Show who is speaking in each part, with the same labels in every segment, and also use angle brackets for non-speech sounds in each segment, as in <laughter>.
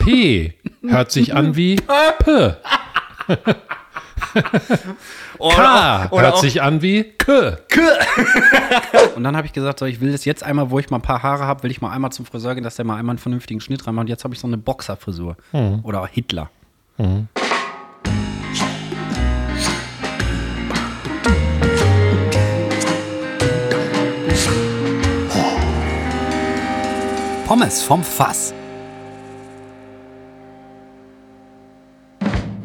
Speaker 1: P hört sich an wie P. K
Speaker 2: auch- oder
Speaker 1: hört
Speaker 2: auch-
Speaker 1: sich an wie K.
Speaker 2: Und dann habe ich gesagt, so, ich will das jetzt einmal, wo ich mal ein paar Haare habe, will ich mal einmal zum Friseur gehen, dass der mal einmal einen vernünftigen Schnitt reinmacht. Und jetzt habe ich so eine Boxerfrisur.
Speaker 1: Hm.
Speaker 2: Oder auch Hitler. Pommes vom Fass.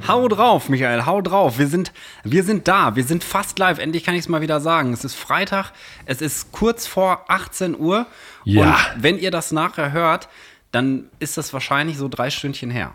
Speaker 2: Hau drauf, Michael, hau drauf. Wir sind, wir sind da, wir sind fast live. Endlich kann ich es mal wieder sagen. Es ist Freitag, es ist kurz vor 18 Uhr.
Speaker 1: Ja.
Speaker 2: Und wenn ihr das nachher hört, dann ist das wahrscheinlich so drei Stündchen her.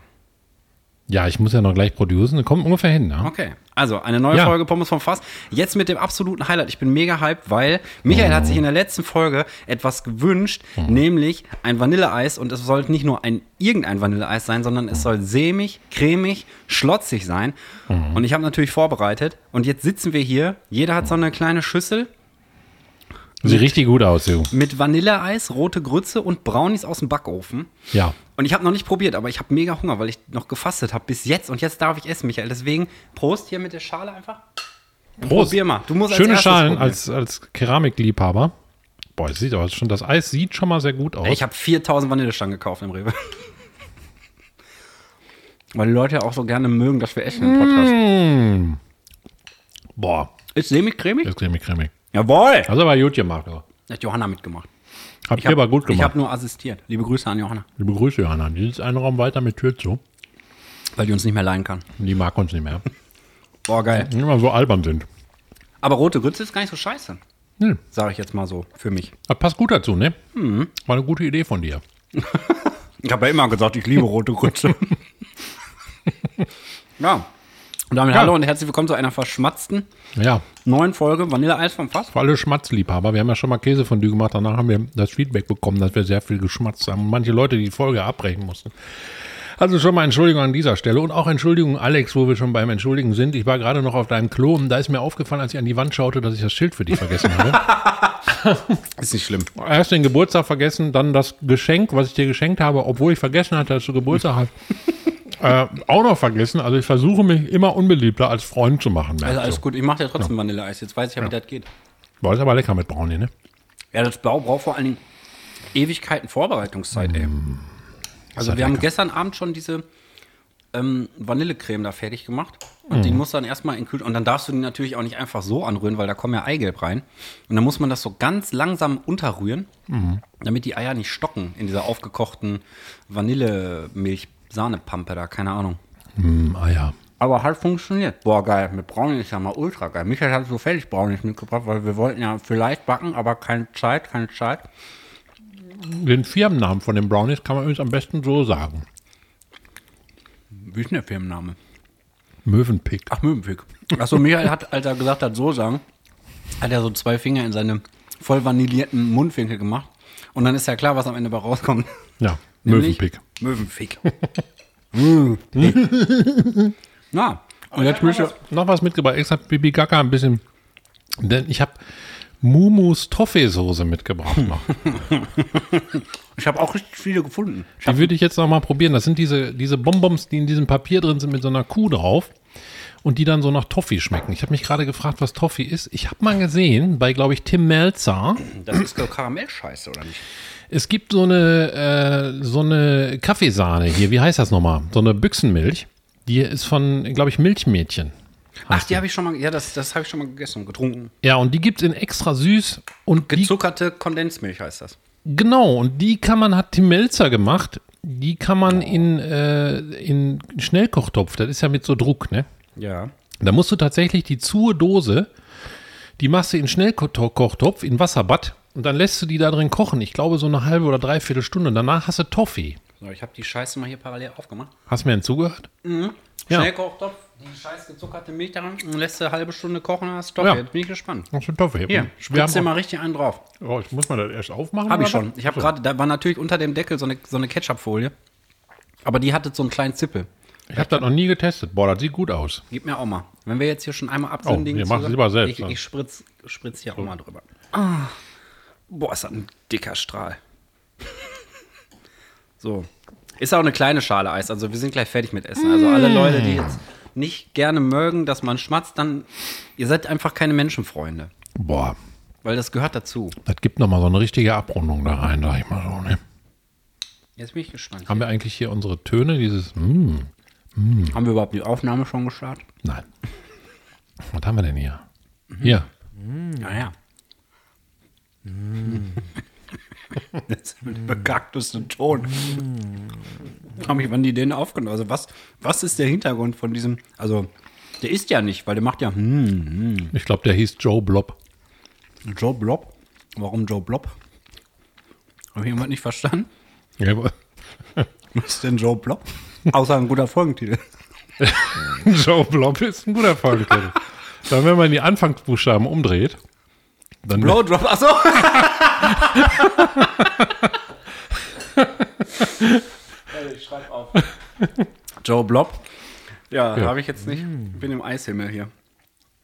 Speaker 1: Ja, ich muss ja noch gleich produzieren. Kommt ungefähr hin, ne?
Speaker 2: Okay, also eine neue
Speaker 1: Ja.
Speaker 2: Folge Pommes vom Fass. Jetzt mit dem absoluten Highlight. Ich bin mega hyped, weil Michael hat sich in der letzten Folge etwas gewünscht, nämlich ein Vanilleeis. Und es sollte nicht nur ein irgendein Vanilleeis sein, sondern es soll sämig, cremig, schlotzig sein. Und ich habe natürlich vorbereitet. Und jetzt sitzen wir hier. Jeder hat so eine kleine Schüssel
Speaker 1: Sieht richtig gut aus, Ju.
Speaker 2: mit Vanilleeis, rote Grütze und Brownies aus dem Backofen.
Speaker 1: Ja.
Speaker 2: Und ich habe noch nicht probiert, aber ich habe mega Hunger, weil ich noch gefastet habe bis jetzt. Und jetzt darf ich essen, Michael. Deswegen Prost hier mit der Schale einfach.
Speaker 1: Prost.
Speaker 2: Probier mal. Du musst als
Speaker 1: Schöne
Speaker 2: erstes
Speaker 1: Schalen
Speaker 2: probieren.
Speaker 1: als, als Keramikliebhaber. Boah, es sieht auch schon, das Eis sieht schon mal sehr gut aus.
Speaker 2: Ey, Ich habe 4000 Vanillestangen gekauft im Rewe. <laughs> Weil die Leute ja auch so gerne mögen, dass wir essen im Podcast.
Speaker 1: Boah,
Speaker 2: Ist sämig-cremig?
Speaker 1: das ist cremig, cremig.
Speaker 2: Jawohl!
Speaker 1: Also aber gut gemacht. aber.
Speaker 2: Hat Johanna mitgemacht.
Speaker 1: Habt ihr aber gut
Speaker 2: Ich habe
Speaker 1: gemacht.
Speaker 2: nur assistiert. Liebe Grüße an Johanna.
Speaker 1: Liebe Grüße, Johanna. Die ist einen Raum weiter mit Tür zu.
Speaker 2: Weil die uns nicht mehr leihen kann.
Speaker 1: Die mag uns nicht mehr.
Speaker 2: Boah, geil.
Speaker 1: Wenn wir mal so albern sind.
Speaker 2: Aber rote Grütze ist gar nicht so scheiße.
Speaker 1: Nee.
Speaker 2: Sage ich jetzt mal so für mich.
Speaker 1: Das passt gut dazu, ne?
Speaker 2: Hm.
Speaker 1: War eine gute Idee von dir.
Speaker 2: Ich habe ja immer gesagt, ich liebe
Speaker 1: <laughs>
Speaker 2: rote Grütze. ja. Und damit
Speaker 1: Ja.
Speaker 2: hallo und herzlich willkommen zu einer verschmatzten
Speaker 1: Ja,
Speaker 2: neuen Folge Vanilleeis vom Fass.
Speaker 1: für alle Schmatzliebhaber. Wir haben ja schon mal Käsefondue gemacht. Danach haben wir das Feedback bekommen, dass wir sehr viel geschmatzt haben. Und manche Leute die Folge abbrechen mussten. Also schon mal Entschuldigung an dieser Stelle. Und auch Entschuldigung, Alex, wo wir schon beim Entschuldigen sind. Ich war gerade noch auf deinem Klo und da ist mir aufgefallen, als ich an die Wand schaute, dass ich das Schild für dich vergessen habe.
Speaker 2: Ist nicht schlimm.
Speaker 1: Erst den Geburtstag vergessen, dann das Geschenk, was ich dir geschenkt habe, obwohl ich vergessen hatte, dass du Geburtstag hast. Äh, auch noch vergessen. Also ich versuche mich immer unbeliebter als Freund zu machen.
Speaker 2: Also
Speaker 1: merkst
Speaker 2: alles gut, ich mache ja trotzdem Vanilleeis. Jetzt weiß ich ja, wie das geht.
Speaker 1: du. War das aber lecker mit Brownie, ne?
Speaker 2: Ja, das Bau braucht vor allen Dingen Ewigkeiten Vorbereitungszeit, ey. Also wir
Speaker 1: halt
Speaker 2: haben gestern Abend schon diese ähm, Vanillecreme da fertig gemacht. Und die muss dann erstmal in Kühl... Und dann darfst du die natürlich auch nicht einfach so anrühren, weil da kommen ja Eigelb rein. Und dann muss man das so ganz langsam unterrühren, damit die Eier nicht stocken in dieser aufgekochten Vanillemilch-Sahnepampe da, keine Ahnung.
Speaker 1: Hm, ah ja.
Speaker 2: Aber hat funktioniert. Boah, geil. Mit Brownies ist ja mal ultra geil. Michael hat so fertig Brownies mitgebracht, weil wir wollten ja vielleicht backen, aber keine Zeit, keine Zeit.
Speaker 1: Den Firmennamen von den Brownies kann man übrigens am besten so sagen.
Speaker 2: Wie ist denn der Firmenname?
Speaker 1: Möwenpick.
Speaker 2: Ach, Möbenpick. Achso, Michael hat, als er gesagt hat, so sagen, hat er so zwei Finger in seine voll vanillierten Mundwinkel gemacht. Und dann ist ja klar, was am Ende bei rauskommt.
Speaker 1: Ja,
Speaker 2: Nämlich
Speaker 1: Möwenpick.
Speaker 2: Möwenpick. <laughs> Hm, Na, und jetzt müsste.
Speaker 1: Noch was mitgebracht. Extra Bibi Gaga ein bisschen. Denn ich habe Mumus Toffee-Soße mitgebracht noch.
Speaker 2: Ich habe auch richtig viele gefunden.
Speaker 1: Die würde ich jetzt noch mal probieren. Das sind diese, diese Bonbons, die in diesem Papier drin sind mit so einer Kuh drauf und die dann so nach Toffee schmecken. Ich habe mich gerade gefragt, was Toffee ist. Ich habe mal gesehen bei, glaube ich, Tim Melzer.
Speaker 2: Das ist doch Karamellscheiße, oder nicht?
Speaker 1: Es gibt so eine, äh, so eine Kaffeesahne hier. Wie heißt das nochmal? So eine Büchsenmilch. Die ist von, glaube ich, Milchmädchen.
Speaker 2: Ach, die habe ich schon mal. Ja, das, das habe ich schon mal gegessen und getrunken.
Speaker 1: Ja, und die gibt es in extra süß und die
Speaker 2: Gezuckerte Kondensmilch heißt das.
Speaker 1: Genau, und die kann man, hat Tim Melzer gemacht, die kann man
Speaker 2: Oh.
Speaker 1: in, äh, in Schnellkochtopf, das ist ja mit so Druck, ne?
Speaker 2: Ja.
Speaker 1: Da musst du tatsächlich die zur Dose, die machst du in Schnellkochtopf, in Wasserbad und dann lässt du die da drin kochen. Ich glaube so eine halbe oder dreiviertel Stunde. Danach hast du Toffee.
Speaker 2: So, ich habe die Scheiße mal hier parallel aufgemacht.
Speaker 1: Hast du mir denn zugehört? Ja.
Speaker 2: Schnellkochtopf, die scheiß gezuckerte Milch daran und lässt eine halbe Stunde kochen, hast Stoff.
Speaker 1: Ja.
Speaker 2: Jetzt bin ich gespannt.
Speaker 1: Hast du Toffee?
Speaker 2: Hier,
Speaker 1: wir
Speaker 2: spritz dir
Speaker 1: haben
Speaker 2: mal richtig einen drauf.
Speaker 1: auch, oh, ich muss mal das erst aufmachen.
Speaker 2: Habe ich
Speaker 1: oder
Speaker 2: schon.
Speaker 1: was?
Speaker 2: Ich habe gerade, da war natürlich unter dem Deckel so eine, so eine Ketchupfolie. Aber die hatte so einen kleinen Zippel.
Speaker 1: Ich habe das noch nie getestet. Boah, das sieht gut aus.
Speaker 2: Gib mir auch mal. Wenn wir jetzt hier schon einmal absündigen.
Speaker 1: Oh, wir machen es
Speaker 2: zusammen-
Speaker 1: lieber selbst, ne?
Speaker 2: Ich,
Speaker 1: dann.
Speaker 2: ich spritz, spritz hier auch mal drüber. Ah. Boah, ist das ein dicker Strahl. <laughs> so. Ist auch eine kleine Schale Eis. Also wir sind gleich fertig mit Essen. Also
Speaker 1: Mm.
Speaker 2: alle Leute, die jetzt nicht gerne mögen, dass man schmatzt, dann ihr seid einfach keine Menschenfreunde.
Speaker 1: Boah,
Speaker 2: Weil das gehört dazu.
Speaker 1: das gibt nochmal so eine richtige Abrundung da rein, sag ich mal so. Ne?
Speaker 2: Jetzt bin ich gespannt.
Speaker 1: Haben wir eigentlich hier unsere Töne, dieses mm,
Speaker 2: Haben wir überhaupt die Aufnahme schon gestartet?
Speaker 1: Nein. Was haben wir denn hier? Hier.
Speaker 2: Naja. Mm. <laughs> Das ist der bekackteste Ton. Ich frage Mm. mich, wann die den aufgenommen Also, was, was ist der Hintergrund von diesem? Also, der ist ja nicht, weil der macht ja hm,
Speaker 1: Ich glaube, der hieß Joe Blob.
Speaker 2: Joe Blob. Warum Joe Blob? Habe ich jemand nicht verstanden?
Speaker 1: <laughs> Joe
Speaker 2: Was ist denn Joe Blob? Außer ein guter Folgentitel.
Speaker 1: Blob ist ein guter Folgetitel. Dann, wenn man die Anfangsbuchstaben umdreht, dann
Speaker 2: Blowdrop, achso. ich schreib auf. Joe Blob. Ja, habe ich jetzt nicht. Bin im Eishimmel hier.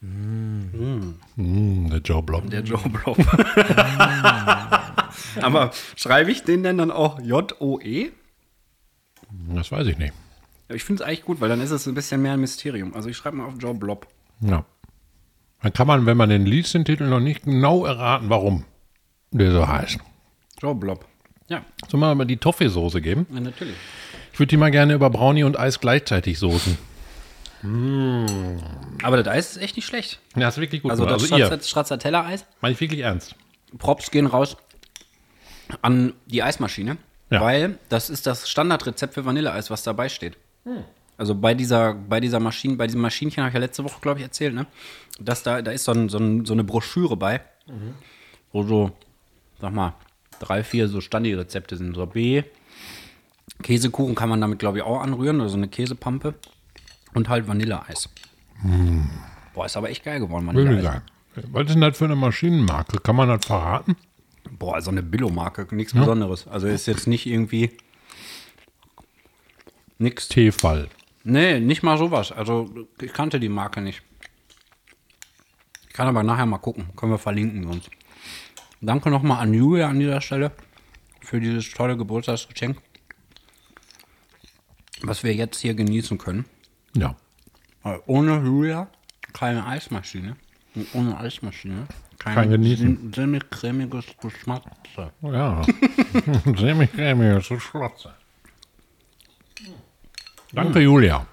Speaker 1: Mm, der Joe Blob.
Speaker 2: Der Joe Blob. <laughs> Aber schreibe ich den denn dann auch J-O-E?
Speaker 1: Das weiß ich nicht.
Speaker 2: Ich finde es eigentlich gut, weil dann ist es ein bisschen mehr ein Mysterium. Also ich schreibe mal auf Joe Blob.
Speaker 1: Ja. Dann kann man, wenn man den liest, den Titel noch nicht genau erraten, warum der so heißt.
Speaker 2: Joe Blob. Ja,
Speaker 1: Sollen wir mal die Toffee-Soße geben?
Speaker 2: ja, natürlich.
Speaker 1: Ich würde die mal gerne über Brownie und Eis gleichzeitig soßen.
Speaker 2: Aber das Eis ist echt nicht schlecht.
Speaker 1: Ja, ist wirklich gut.
Speaker 2: Also
Speaker 1: gemacht.
Speaker 2: das
Speaker 1: also ihr,
Speaker 2: Stracciat- Stracciatella-Eis.
Speaker 1: meine ich wirklich ernst.
Speaker 2: Props gehen raus an die Eismaschine,
Speaker 1: Ja.
Speaker 2: weil das ist das Standardrezept für Vanilleeis, was dabei steht. Also bei dieser, bei dieser Maschine, bei diesem Maschinchen habe ich ja letzte Woche, glaube ich, erzählt, ne? Dass da, da ist so, ein, so, ein, so eine Broschüre bei, wo so, sag mal, drei, vier so Standi-Rezepte sind. Sorbet, Käsekuchen kann man damit, glaube ich, auch anrühren oder so eine Käsepampe und halt Vanilleeis. Boah, ist aber echt geil geworden,
Speaker 1: Hm. Würde ich
Speaker 2: Vanilleeis.
Speaker 1: sagen. Was ist denn das für eine Maschinenmarke? Kann man das verraten?
Speaker 2: Boah, also eine Billo-Marke, nichts Besonderes. Also ist jetzt nicht irgendwie. Nix.
Speaker 1: Tefal.
Speaker 2: Nee, nicht mal sowas. Also ich kannte die Marke nicht. Ich kann aber nachher mal gucken. Können wir verlinken sonst. Danke nochmal an Julia an dieser Stelle für dieses tolle Geburtstagsgeschenk, was wir jetzt hier genießen können.
Speaker 1: Ja.
Speaker 2: Weil ohne Julia keine Eismaschine. Und ohne Eismaschine kein,
Speaker 1: Kein Genießen.
Speaker 2: sin- sinnig cremiges Geschmatze.
Speaker 1: Ja. <laughs> Ziemlich cremig, so schlotze.
Speaker 2: Hm.
Speaker 1: Danke, Julia,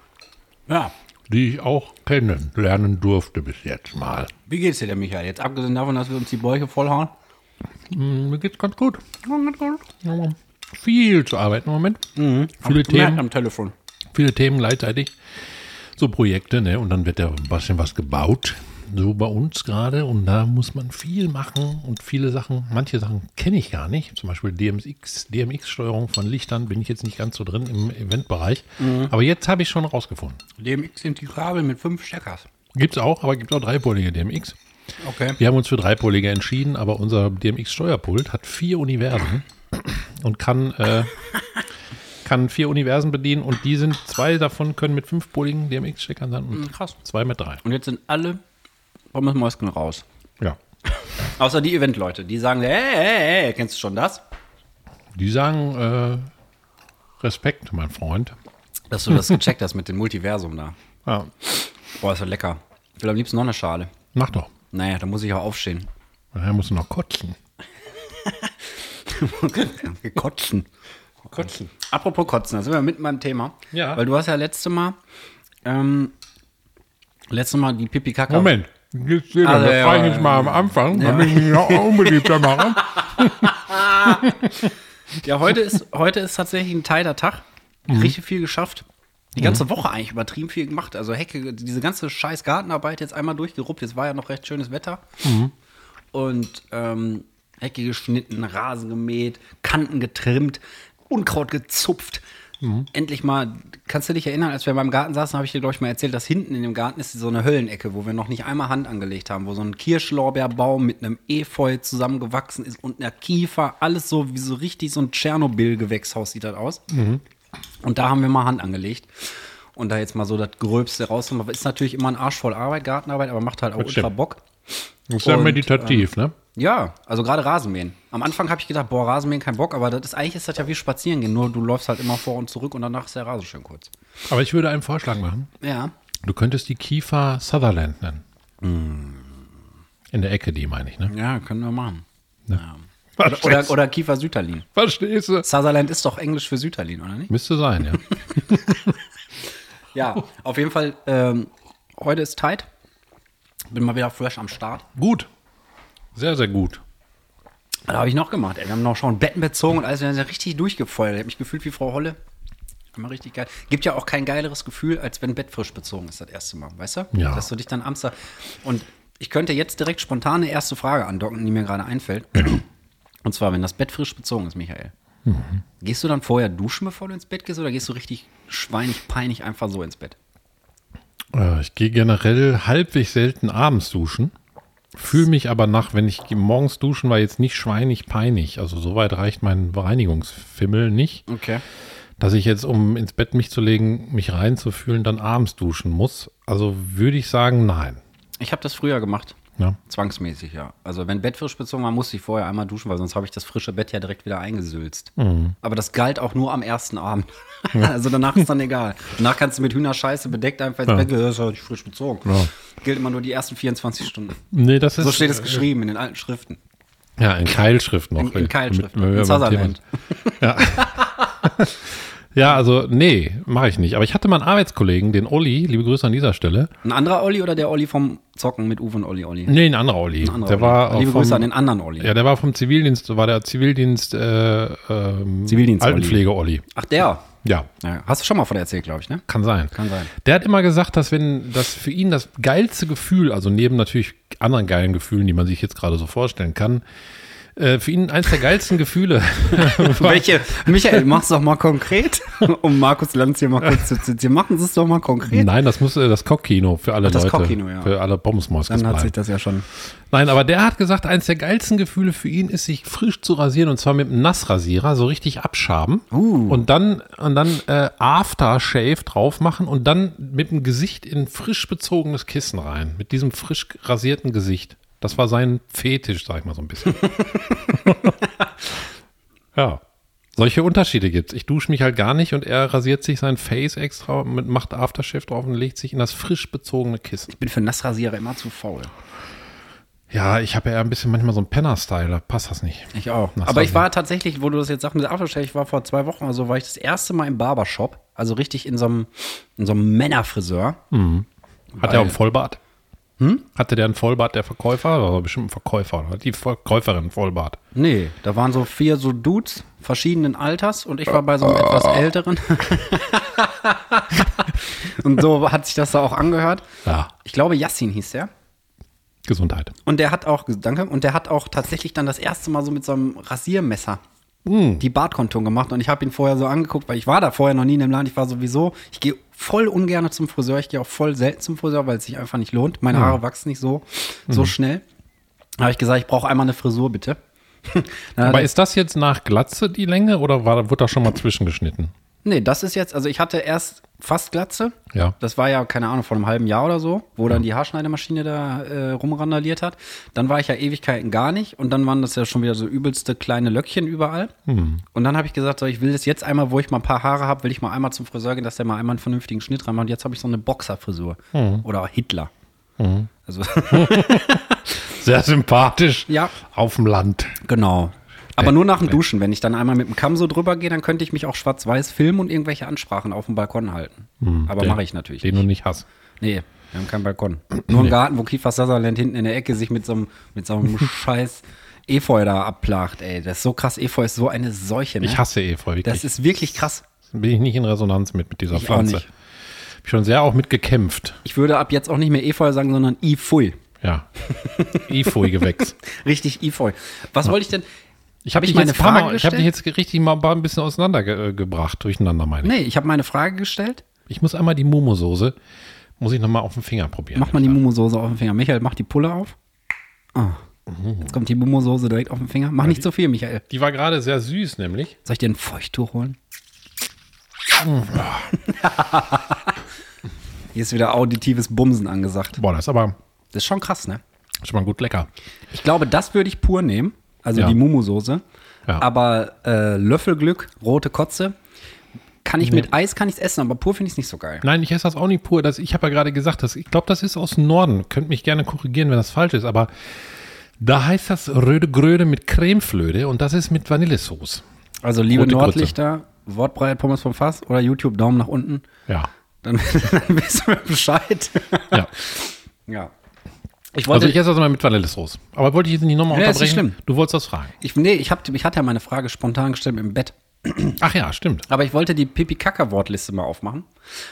Speaker 2: Ja,
Speaker 1: die ich auch kennenlernen durfte bis jetzt mal.
Speaker 2: Wie geht's dir denn, Michael? Jetzt abgesehen davon, dass wir uns die Bäuche vollhauen.
Speaker 1: Hm, Mir geht's ganz gut. Ja, Viel zu arbeiten im Moment.
Speaker 2: Mhm.
Speaker 1: Viele,
Speaker 2: Merkt
Speaker 1: Themen,
Speaker 2: am Telefon.
Speaker 1: viele Themen gleichzeitig. So Projekte, ne? Und dann wird ja ein bisschen was gebaut. So bei uns gerade. Und da muss man viel machen und viele Sachen, manche Sachen kenne ich gar nicht. Zum Beispiel DMX, DMX-Steuerung von Lichtern bin ich jetzt nicht ganz so drin im Eventbereich. Aber jetzt habe ich schon rausgefunden.
Speaker 2: DMX sind die Kabel mit fünf Steckers.
Speaker 1: Gibt's auch, aber gibt auch dreipolige DMX.
Speaker 2: Okay.
Speaker 1: Wir haben uns für dreipolige entschieden, aber unser DMX-Steuerpult hat vier Universen und kann, äh, kann vier Universen bedienen und die sind, zwei davon können mit fünfpoligen DMX-Steckern sein und
Speaker 2: Krass.
Speaker 1: zwei mit drei.
Speaker 2: Und jetzt sind alle Pommes Mäuschen raus.
Speaker 1: Ja.
Speaker 2: Außer die Eventleute, die sagen, hey, hey, hey, kennst du schon das?
Speaker 1: Die sagen äh, Respekt, mein Freund.
Speaker 2: Dass du das gecheckt hast mit dem Multiversum da.
Speaker 1: Ja,
Speaker 2: Boah, ist das lecker. Ich will am liebsten noch eine Schale.
Speaker 1: mach doch.
Speaker 2: Naja, da muss ich auch aufstehen. <laughs>
Speaker 1: Daher musst du noch kotzen.
Speaker 2: Wir kotzen. Kotzen. Apropos Kotzen, da sind wir mitten beim Thema.
Speaker 1: Ja.
Speaker 2: Weil du hast ja letzte Mal, ähm, letzte Mal die Pipi-Kaka.
Speaker 1: Moment, jetzt seht ihr,
Speaker 2: Also,
Speaker 1: das
Speaker 2: ja,
Speaker 1: frage ich
Speaker 2: ja.
Speaker 1: jetzt mal am Anfang, damit ich mich noch unbeliebter
Speaker 2: <laughs>
Speaker 1: mache.
Speaker 2: Ja, heute ist, heute ist tatsächlich ein teiler Tag. Richtig viel geschafft. Die ganze Woche eigentlich übertrieben viel gemacht. Also Hecke, diese ganze scheiß Gartenarbeit jetzt einmal durchgeruppt. Jetzt war ja noch recht schönes Wetter. Und ähm, Hecke geschnitten, Rasen gemäht, Kanten getrimmt, Unkraut gezupft. Endlich mal, kannst du dich erinnern, als wir beim Garten saßen, habe ich dir, glaube ich, mal erzählt, dass hinten in dem Garten ist so eine Höllenecke, wo wir noch nicht einmal Hand angelegt haben, wo so ein Kirschlorbeerbaum mit einem Efeu zusammengewachsen ist und einer Kiefer, alles so wie so richtig so ein Tschernobyl-Gewächshaus sieht das aus. Und da haben wir mal Hand angelegt. Und da jetzt mal so das Gröbste rauszumachen. Ist natürlich immer ein Arsch voll Arbeit, Gartenarbeit, aber macht halt auch
Speaker 1: stimmt.
Speaker 2: ultra Bock.
Speaker 1: Das ist ja
Speaker 2: Und, äh,
Speaker 1: meditativ, ne?
Speaker 2: Ja, also gerade Rasenmähen. Am Anfang habe ich gedacht, boah, Rasenmähen kein Bock, aber das ist, eigentlich ist das ja wie Spazieren gehen, nur du läufst halt immer vor und zurück und danach ist der Rasen schön kurz.
Speaker 1: Aber ich würde einen Vorschlag machen.
Speaker 2: Ja.
Speaker 1: Du könntest die Kiefer Sutherland nennen. Mm. In der Ecke, die meine ich, ne?
Speaker 2: Ja, können wir machen. Ja.
Speaker 1: Verstehst,
Speaker 2: <laughs> Oder, oder Kiefer Süterlin.
Speaker 1: verstehst du?
Speaker 2: Sutherland ist doch Englisch für Süterlin, oder nicht?
Speaker 1: Müsste sein, ja.
Speaker 2: Ja, auf jeden Fall, ähm, heute ist tight. Bin mal wieder fresh am Start.
Speaker 1: <laughs> gut. Sehr, sehr gut.
Speaker 2: Was habe ich noch gemacht? Ey, wir haben noch schon Betten bezogen und alles. Wir haben ja richtig durchgefeuert. Ich habe mich gefühlt wie Frau Holle. Immer richtig geil. Gibt ja auch kein geileres Gefühl, als wenn Bett frisch bezogen ist, das erste Mal. Weißt du?
Speaker 1: Ja.
Speaker 2: Dass du dich dann abends da. Und ich könnte jetzt direkt spontan eine erste Frage andocken, die mir gerade einfällt. Und zwar, wenn das Bett frisch bezogen ist, Michael. Gehst du dann vorher duschen, bevor du ins Bett gehst, oder gehst du richtig schweinig, peinig einfach so ins Bett?
Speaker 1: Äh, Ich gehe generell halbwegs selten abends duschen. Fühle mich aber nach, wenn ich ge- morgens duschen war, jetzt nicht schweinig peinig. Also soweit reicht mein Reinigungsfimmel nicht,
Speaker 2: Okay.
Speaker 1: dass ich jetzt, um ins Bett mich zu legen, mich reinzufühlen, dann abends duschen muss. Also würde ich sagen, nein. ne?
Speaker 2: Ich habe das früher gemacht.
Speaker 1: Ja.
Speaker 2: Zwangsmäßig, ja. Also wenn Bett frisch bezogen war, musste ich vorher einmal duschen, weil sonst habe ich das frische Bett ja direkt wieder eingesülzt.
Speaker 1: Mhm.
Speaker 2: Aber das galt auch nur am ersten Abend. <laughs> also danach ist dann egal. Danach kannst du mit Hühnerscheiße bedeckt einfach ins Bett gehen, das ist ja nicht frisch bezogen. Gilt immer nur die ersten 24 Stunden.
Speaker 1: Nee, das ist. äh,
Speaker 2: So steht es geschrieben in den alten Schriften.
Speaker 1: Ja, in Keilschrift noch.
Speaker 2: In- in
Speaker 1: Mit,
Speaker 2: Keilschrift.
Speaker 1: mit,
Speaker 2: In
Speaker 1: mit
Speaker 2: Sutherland.
Speaker 1: Ja. ja, also nee, mache ich nicht. Aber ich hatte mal einen Arbeitskollegen, den Olli, liebe Grüße an dieser Stelle.
Speaker 2: Ein anderer Olli oder der Olli vom Zocken mit Uwe und Olli Olli?
Speaker 1: Nee, ein anderer Olli.
Speaker 2: Ein anderer
Speaker 1: der
Speaker 2: Olli.
Speaker 1: war
Speaker 2: Liebe
Speaker 1: auch vom,
Speaker 2: Grüße an den anderen Olli.
Speaker 1: Ja, der war vom Zivildienst, war der Zivildienst, äh, ähm,
Speaker 2: Zivildienst Olli.
Speaker 1: Altenpflege-Olli.
Speaker 2: Ach, der.
Speaker 1: Ja,
Speaker 2: Ja, hast du schon mal von erzählt, glaube ich, ne?
Speaker 1: kann sein.
Speaker 2: Kann sein.
Speaker 1: Der hat immer gesagt, dass wenn das für ihn das geilste Gefühl, also neben natürlich anderen geilen Gefühlen, die man sich jetzt gerade so vorstellen kann, äh, für ihn eins der geilsten
Speaker 2: <laughs>
Speaker 1: Gefühle war,
Speaker 2: Welche? Michael, mach's doch mal
Speaker 1: <laughs>
Speaker 2: konkret, um Markus Lanz hier mal kurz zu zitieren. Machen Sie es doch mal konkret.
Speaker 1: Nein, das muss äh, das Cockkino für alle
Speaker 2: das
Speaker 1: Leute,
Speaker 2: Cockkino, ja.
Speaker 1: für alle Bombsmoskos
Speaker 2: Dann hat sich
Speaker 1: bleiben.
Speaker 2: das ja schon.
Speaker 1: Nein, aber der hat gesagt, eins der geilsten Gefühle für ihn ist, sich frisch zu rasieren und zwar mit einem Nassrasierer, so richtig abschaben und dann und dann äh, Aftershave drauf machen und dann mit dem Gesicht in frisch bezogenes Kissen rein, mit diesem frisch rasierten Gesicht. Das war sein Fetisch, sag ich mal so ein bisschen. ja. Solche Unterschiede gibt's. Ich dusche mich halt gar nicht und er rasiert sich sein Face extra, mit, macht Aftershave drauf und legt sich in das frisch bezogene Kissen.
Speaker 2: Ich bin für Nassrasierer immer zu faul.
Speaker 1: Ja, ich habe ja ein bisschen manchmal so einen Penner-Style, da passt das nicht.
Speaker 2: Ich auch.
Speaker 1: Nassrasierer.
Speaker 2: Aber ich war tatsächlich, wo du das jetzt sagst, mit der Aftershave, ich war vor zwei Wochen oder so, war ich das erste Mal im Barbershop, also richtig in so einem, in so einem Männerfriseur.
Speaker 1: Hm. Hat der auch einen Vollbart? Hm? Hatte der einen Vollbart, der Verkäufer? Oder war bestimmt ein Verkäufer, oder? Die Verkäuferin Vollbart.
Speaker 2: Nee, da waren so vier so Dudes verschiedenen Alters und ich war bei so einem etwas
Speaker 1: <laughs>
Speaker 2: älteren. <laughs> und so hat sich das da auch angehört.
Speaker 1: Ja,
Speaker 2: Ich glaube, Yassin hieß der.
Speaker 1: Gesundheit.
Speaker 2: Und der hat auch, danke, und der hat auch tatsächlich dann das erste Mal so mit so einem Rasiermesser
Speaker 1: Hm.
Speaker 2: die Bartkonturen gemacht. Und ich habe ihn vorher so angeguckt, weil ich war da vorher noch nie in dem Laden. Ich war sowieso, ich gehe voll ungern zum Friseur. Ich gehe auch voll selten zum Friseur, weil es sich einfach nicht lohnt. Meine Haare wachsen nicht so,
Speaker 1: Mhm.
Speaker 2: so schnell. Da habe ich gesagt, ich brauche einmal eine Frisur, bitte. <laughs> Dann hat
Speaker 1: Aber
Speaker 2: er-
Speaker 1: ist das jetzt nach Glatze die Länge oder war, wurde da schon mal zwischengeschnitten?
Speaker 2: nee, das ist jetzt, also ich hatte erst fast Glatze.
Speaker 1: Ja.
Speaker 2: Das war ja, keine Ahnung, vor einem halben Jahr oder so, wo dann die Haarschneidemaschine da äh, rumrandaliert hat. Dann war ich ja Ewigkeiten gar nicht und dann waren das ja schon wieder so übelste kleine Löckchen überall. Und dann habe ich gesagt, so, ich will das jetzt einmal, wo ich mal ein paar Haare habe, will ich mal einmal zum Friseur gehen, dass der mal einmal einen vernünftigen Schnitt reinmacht. Und jetzt habe ich so eine Boxerfrisur. Oder Hitler. Also, <laughs>
Speaker 1: Sehr sympathisch.
Speaker 2: Ja.
Speaker 1: Auf dem Land.
Speaker 2: genau. Aber nur nach dem Duschen, wenn ich dann einmal mit dem Kamm so drüber gehe, dann könnte ich mich auch schwarz-weiß filmen und irgendwelche Ansprachen auf dem Balkon halten. Aber
Speaker 1: Den-
Speaker 2: mache ich natürlich.
Speaker 1: Den du nicht hast.
Speaker 2: Nee, wir haben keinen Balkon.
Speaker 1: <clears throat>
Speaker 2: Nur einen Garten, wo Kiefer Sutherland hinten in der Ecke sich mit so einem, mit so
Speaker 1: <laughs>
Speaker 2: einem scheiß Efeu da abplagt, ey. Das ist so krass. Efeu ist so eine Seuche, ne?
Speaker 1: Ich hasse Efeu. wirklich.
Speaker 2: das ist wirklich krass.
Speaker 1: Bin ich nicht in Resonanz mit, mit dieser
Speaker 2: Ich auch
Speaker 1: Pflanze.
Speaker 2: nicht.
Speaker 1: Hab schon sehr auch mit gekämpft.
Speaker 2: Ich würde ab jetzt auch nicht mehr Efeu <laughs> sagen, sondern Ifui.
Speaker 1: Ja. Efeu-Gewächs.
Speaker 2: Richtig Efeu. Was wollte ich denn?
Speaker 1: Ich habe
Speaker 2: Hab ich
Speaker 1: dich,
Speaker 2: meine
Speaker 1: jetzt ein paar
Speaker 2: Frage
Speaker 1: Mal- ich hab dich
Speaker 2: gestellt?
Speaker 1: jetzt richtig mal ein bisschen auseinandergebracht, durcheinander meine ich.
Speaker 2: Nee, ich habe meine Frage gestellt.
Speaker 1: Ich muss einmal die Mumosoße, muss ich nochmal auf den Finger probieren.
Speaker 2: Mach mal die Mumosoße auf den Finger. Michael, mach die Pulle auf. Ah. Jetzt kommt die Mumosoße direkt auf den Finger. Mach nicht so viel, Michael.
Speaker 1: Mhm. Die war gerade sehr süß, nämlich.
Speaker 2: Soll ich dir ein Feuchttuch holen? <laughs> Hier ist wieder auditives Bumsen angesagt.
Speaker 1: Boah, das ist aber,
Speaker 2: Das ist schon krass, ne?
Speaker 1: Ist mal gut lecker.
Speaker 2: Ich glaube, das würde ich pur nehmen. Also
Speaker 1: Ja.
Speaker 2: die Mumu-Soße.
Speaker 1: Ja.
Speaker 2: Aber äh, Löffelglück, rote Kotze. Kann ich mit Eis kann ich es essen, aber pur finde ich es nicht so geil.
Speaker 1: Nein, ich esse das auch nicht pur. Das, ich habe ja gerade gesagt, das, ich glaube, das ist aus dem Norden. Könnt mich gerne korrigieren, wenn das falsch ist. Aber da heißt das Röde Gröde mit Cremeflöde und das ist mit Vanillesoße.
Speaker 2: Also liebe
Speaker 1: Rote Kotze.
Speaker 2: Nordlichter, Wortbreit Pommes vom Fass oder YouTube Daumen nach unten.
Speaker 1: Ja. <laughs>
Speaker 2: Dann, <laughs> dann wissen wir Bescheid. <laughs>
Speaker 1: ja.
Speaker 2: ja. Ich wollte,
Speaker 1: Also ich esse das mal mit Vanillesoße. Aber wollte ich jetzt nicht nochmal
Speaker 2: Ja, ist
Speaker 1: unterbrechen?
Speaker 2: nicht
Speaker 1: Du wolltest das fragen.
Speaker 2: ich, nee, ich, hab, ich hatte ja meine Frage spontan gestellt im Bett.
Speaker 1: Ach ja, stimmt.
Speaker 2: Aber ich wollte die Pipi-Kaka-Wortliste mal aufmachen.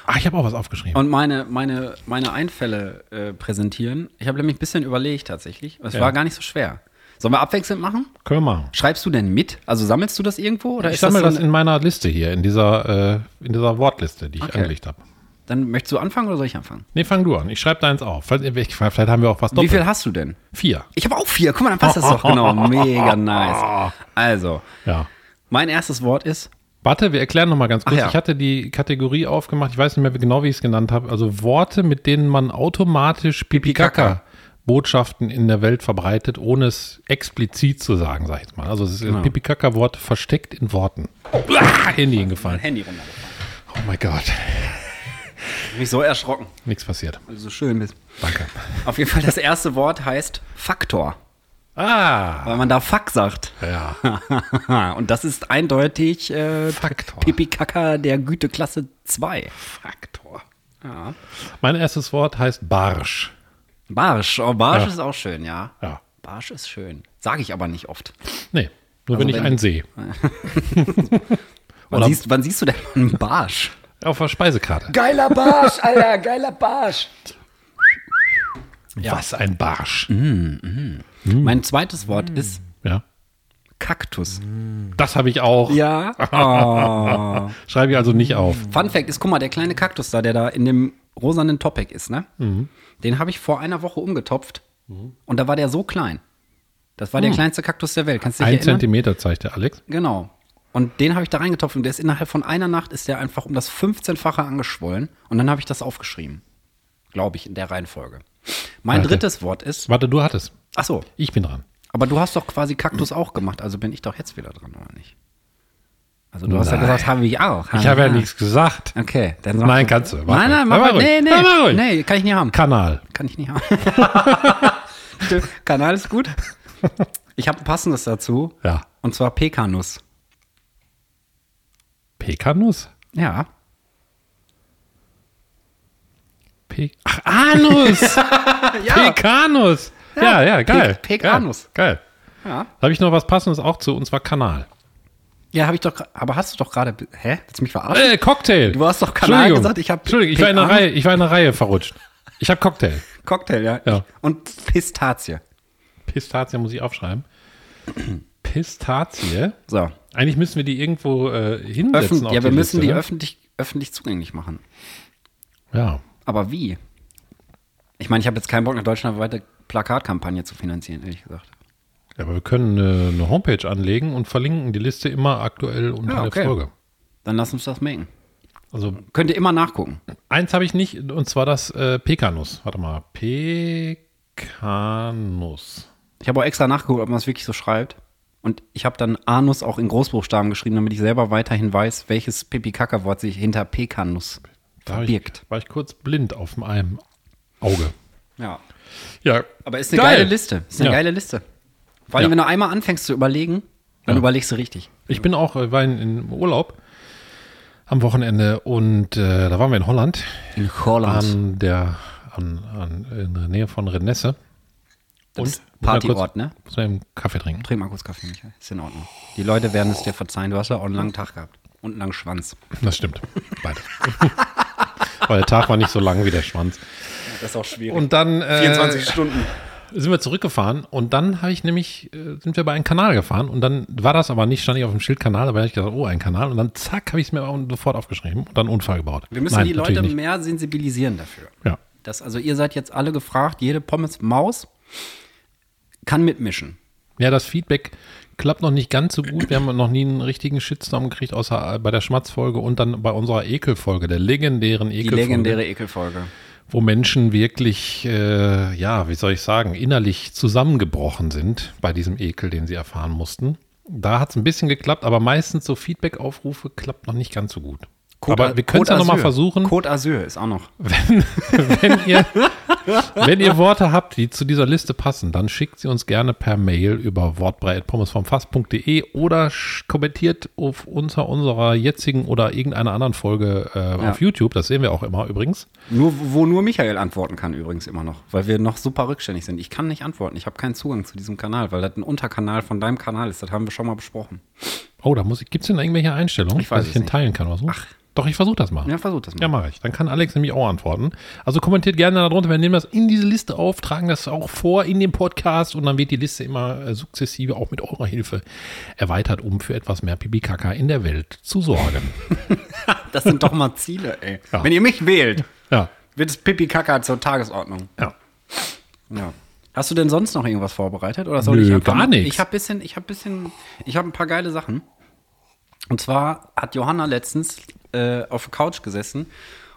Speaker 1: Ach, Ah, ich habe auch was aufgeschrieben.
Speaker 2: und meine, meine, meine Einfälle äh, präsentieren. Ich habe nämlich ein bisschen überlegt tatsächlich. Es
Speaker 1: Ja.
Speaker 2: war gar nicht so schwer. Sollen wir abwechselnd machen?
Speaker 1: Können wir machen.
Speaker 2: Schreibst du denn mit? Also sammelst du das irgendwo? Oder
Speaker 1: Ich
Speaker 2: ist das
Speaker 1: sammle
Speaker 2: so
Speaker 1: das
Speaker 2: ein,
Speaker 1: in meiner Liste hier, in dieser, äh, in dieser Wortliste, die ich
Speaker 2: Okay.
Speaker 1: angelegt habe.
Speaker 2: Dann möchtest du anfangen oder soll ich anfangen?
Speaker 1: Nee, fang du an. Ich schreibe deins auf. Vielleicht, ich- vielleicht haben wir auch was
Speaker 2: Wie viel hast du denn?
Speaker 1: Vier.
Speaker 2: Ich habe auch vier. Guck mal, dann passt das doch
Speaker 1: <laughs>
Speaker 2: genau. Mega nice. Also,
Speaker 1: Ja.
Speaker 2: mein erstes Wort ist
Speaker 1: Warte, wir erklären nochmal ganz kurz.
Speaker 2: ja.
Speaker 1: Ich hatte die Kategorie aufgemacht, ich weiß nicht mehr genau, wie ich es genannt habe. Also Worte, mit denen man automatisch
Speaker 2: Pipi-Kaka.
Speaker 1: Pipi-Kaka-Botschaften in der Welt verbreitet, ohne es explizit zu sagen, sag ich jetzt mal. Also es ist
Speaker 2: Genau.
Speaker 1: ein Pipi-Kaka-Wort versteckt in Worten. Ah, Handy hingefallen.
Speaker 2: Handy runtergefahren.
Speaker 1: Oh mein Gott.
Speaker 2: Ich hab mich so erschrocken,
Speaker 1: Nichts passiert.
Speaker 2: weil du so schön bist.
Speaker 1: Danke.
Speaker 2: Auf jeden Fall, das erste Wort heißt Faktor,
Speaker 1: Ah,
Speaker 2: weil man da Fuck sagt.
Speaker 1: ja.
Speaker 2: <laughs> Und das ist eindeutig äh,
Speaker 1: Faktor.
Speaker 2: Pipi Kaka der Güteklasse 2.
Speaker 1: Faktor.
Speaker 2: Ja.
Speaker 1: Mein erstes Wort heißt Barsch.
Speaker 2: Barsch. Oh, Barsch
Speaker 1: Ja.
Speaker 2: ist auch schön, ja.
Speaker 1: Ja.
Speaker 2: Barsch ist schön. Sage ich aber nicht oft.
Speaker 1: Nee, nur wenn ich
Speaker 2: Also wenn-
Speaker 1: einen sehe.
Speaker 2: Wann,
Speaker 1: Oder-
Speaker 2: siehst, wann siehst du denn einen Barsch?
Speaker 1: Auf der Speisekarte.
Speaker 2: Geiler Barsch, Alter, geiler Barsch.
Speaker 1: Was ein Barsch.
Speaker 2: Hm. Mein zweites Wort ist
Speaker 1: Ja.
Speaker 2: Kaktus.
Speaker 1: Das habe ich auch.
Speaker 2: Ja.
Speaker 1: Schreibe ich also nicht auf.
Speaker 2: Fun Fact ist, guck mal, der kleine Kaktus da, der da in dem rosanen Topic ist, ne?
Speaker 1: Mhm.
Speaker 2: Den habe ich vor einer Woche umgetopft und da war der so klein. Das war der kleinste Kaktus der Welt. Kannst du dich
Speaker 1: Hm. Ein
Speaker 2: erinnern?
Speaker 1: Zentimeter zeigt der Alex.
Speaker 2: Genau. Und den habe ich da reingetopft und der ist innerhalb von einer Nacht ist der einfach um das 15-fache angeschwollen und dann habe ich das aufgeschrieben. Glaube ich, in der Reihenfolge. Mein
Speaker 1: Warte.
Speaker 2: drittes Wort ist.
Speaker 1: Warte, du hattest.
Speaker 2: Ach so,
Speaker 1: Ich bin dran.
Speaker 2: aber du hast doch quasi Kaktus auch gemacht, also bin ich doch jetzt wieder dran, oder nicht? Also du hast ja
Speaker 1: Nein.
Speaker 2: gesagt, habe ich auch.
Speaker 1: Ich habe ja
Speaker 2: Aha.
Speaker 1: nichts gesagt.
Speaker 2: Okay, dann sag-
Speaker 1: Nein, kannst du. Mach
Speaker 2: Nein, nein,
Speaker 1: ruhig.
Speaker 2: mach
Speaker 1: Mach
Speaker 2: mal.
Speaker 1: ruhig.
Speaker 2: Nee, nee,
Speaker 1: Ja, mach ruhig.
Speaker 2: nee, kann ich nicht haben.
Speaker 1: Kanal.
Speaker 2: Kann
Speaker 1: <laughs>
Speaker 2: ich nicht haben. Stimmt, Kanal ist gut. Ich habe ein passendes dazu.
Speaker 1: Ja.
Speaker 2: Und zwar Pekanuss.
Speaker 1: Pekanuss?
Speaker 2: Ja.
Speaker 1: Pe Ach, Anus!
Speaker 2: <laughs>
Speaker 1: Pekanus! Ja, ja, geil.
Speaker 2: Pe- Pekanus.
Speaker 1: Geil. geil.
Speaker 2: Ja.
Speaker 1: Da habe ich noch was Passendes auch zu, und zwar Kanal.
Speaker 2: Ja, habe ich doch. gra- Aber hast du doch gerade. Hä? Willst du mich verarschen?
Speaker 1: Äh, Cocktail.
Speaker 2: Du hast doch Kanal
Speaker 1: Entschuldigung.
Speaker 2: gesagt, ich hab
Speaker 1: Entschuldigung, ich war, in der
Speaker 2: Pekanus.
Speaker 1: Reihe, ich war in der Reihe verrutscht. Ich habe Cocktail.
Speaker 2: Äh, Cocktail, ja.
Speaker 1: Ja.
Speaker 2: Und Pistazie.
Speaker 1: Pistazie muss ich aufschreiben. Pistazie.
Speaker 2: So.
Speaker 1: Eigentlich müssen wir die irgendwo äh, hinsetzen.
Speaker 2: Öffn
Speaker 1: auf
Speaker 2: ja, wir müssen
Speaker 1: Liste,
Speaker 2: die
Speaker 1: ne?
Speaker 2: öffentlich, öffentlich zugänglich machen.
Speaker 1: Ja.
Speaker 2: Aber wie? Ich meine, ich habe jetzt keinen Bock, eine deutschlandweite Plakatkampagne zu finanzieren, ehrlich gesagt.
Speaker 1: Ja, aber wir können eine, eine Homepage anlegen und verlinken die Liste immer aktuell unter
Speaker 2: Ja, Ah, okay.
Speaker 1: der Folge.
Speaker 2: Dann lass uns das machen.
Speaker 1: Also
Speaker 2: Könnt ihr immer nachgucken.
Speaker 1: eins habe ich nicht, und zwar das äh, Pekanus. Warte mal, Pekanus.
Speaker 2: Ich habe auch extra nachgeguckt, ob man es wirklich so schreibt. Und ich habe dann Anus auch in Großbuchstaben geschrieben, damit ich selber weiterhin weiß, welches Pipi-Kaka-Wort sich hinter Pekanuss
Speaker 1: Da hab
Speaker 2: verbirgt.
Speaker 1: Ich, war ich kurz blind auf dem einem Auge.
Speaker 2: Ja.
Speaker 1: Ja,
Speaker 2: Aber ist eine
Speaker 1: geil.
Speaker 2: geile Liste. Ist eine
Speaker 1: Ja.
Speaker 2: geile Liste. Vor allem,
Speaker 1: Ja.
Speaker 2: wenn du einmal anfängst zu überlegen, dann
Speaker 1: Ja.
Speaker 2: überlegst du richtig.
Speaker 1: Ich bin auch, äh, war in, im Urlaub am Wochenende und äh, da waren wir in Holland.
Speaker 2: In Holland.
Speaker 1: An der, an, an, in der Nähe von Renesse.
Speaker 2: Das ist
Speaker 1: muss mal
Speaker 2: Partyort,
Speaker 1: kurz-
Speaker 2: ne?
Speaker 1: Muss man einen Kaffee trinken.
Speaker 2: Trink mal kurz Kaffee, Michael. Ist in Ordnung. Die Leute werden es dir verzeihen. Du hast ja auch einen langen Tag gehabt. Und einen langen Schwanz.
Speaker 1: Das stimmt. Beide. <laughs> Weil der Tag war nicht so lang wie der Schwanz.
Speaker 2: Das ist auch schwierig.
Speaker 1: Und dann äh,
Speaker 2: Stunden.
Speaker 1: sind wir zurückgefahren und dann habe ich nämlich, äh, sind wir bei einem Kanal gefahren und dann war das aber nicht, stand ich auf dem Schild Kanal, aber ich gedacht, oh, ein Kanal und dann zack, habe ich es mir auch sofort aufgeschrieben und dann Unfall gebaut.
Speaker 2: Wir müssen
Speaker 1: Nein,
Speaker 2: die Leute
Speaker 1: natürlich nicht.
Speaker 2: mehr sensibilisieren dafür.
Speaker 1: Ja.
Speaker 2: Das, also ihr seid jetzt alle gefragt, jede Pommes-Maus kann mitmischen.
Speaker 1: ja, das Feedback klappt noch nicht ganz so gut. Wir haben noch nie einen richtigen Shitstorm gekriegt, außer bei der Schmatzfolge und dann bei unserer Ekelfolge, der legendären
Speaker 2: Die
Speaker 1: Ekelfolge.
Speaker 2: legendäre Ekelfolge.
Speaker 1: wo Menschen wirklich, äh, ja, wie soll ich sagen, innerlich zusammengebrochen sind bei diesem Ekel, den sie erfahren mussten. Da hat es ein bisschen geklappt, aber meistens so Feedback-Aufrufe klappt noch nicht ganz so gut. aber wir können es ja nochmal versuchen.
Speaker 2: Code Azur ist auch noch.
Speaker 1: Wenn <laughs> ihr, wenn ihr Worte habt, die zu dieser Liste passen, dann schickt sie uns gerne per Mail über wortbrei.pommesvomfass.de oder sch- kommentiert auf unter unserer jetzigen oder irgendeiner anderen Folge äh, auf YouTube. Das sehen wir auch immer übrigens.
Speaker 2: Nur, wo nur Michael antworten kann übrigens immer noch, weil wir noch super rückständig sind. Ich kann nicht antworten, ich habe keinen Zugang zu diesem Kanal, weil das ein Unterkanal von deinem Kanal ist. Das haben wir schon mal besprochen.
Speaker 1: Oh, da muss ich, gibt es denn da irgendwelche Einstellungen,
Speaker 2: Ich weiß
Speaker 1: dass ich
Speaker 2: es
Speaker 1: den
Speaker 2: nicht.
Speaker 1: teilen kann oder so? Ach. Doch, ich versuche das mal.
Speaker 2: Ja, versuch das mal.
Speaker 1: Ja, mache ich. Dann kann Alex nämlich auch antworten. Also kommentiert gerne darunter. Wir nehmen das in diese Liste auf, tragen das auch vor in den Podcast und dann wird die Liste immer äh, sukzessive auch mit eurer Hilfe erweitert, um für etwas mehr Pipikaka in der Welt zu sorgen.
Speaker 2: Das sind doch mal Ziele, ey.
Speaker 1: Ja.
Speaker 2: Wenn ihr mich wählt,
Speaker 1: ja,
Speaker 2: wird es Pipi Kaka zur Tagesordnung.
Speaker 1: ja.
Speaker 2: Ja. Hast du denn sonst noch irgendwas vorbereitet oder soll
Speaker 1: Nö,
Speaker 2: ich einfach
Speaker 1: gar
Speaker 2: mal-
Speaker 1: nichts.
Speaker 2: Ich habe bisschen, ich habe bisschen, ich habe ein paar geile Sachen. Und zwar hat Johanna letztens äh, auf der Couch gesessen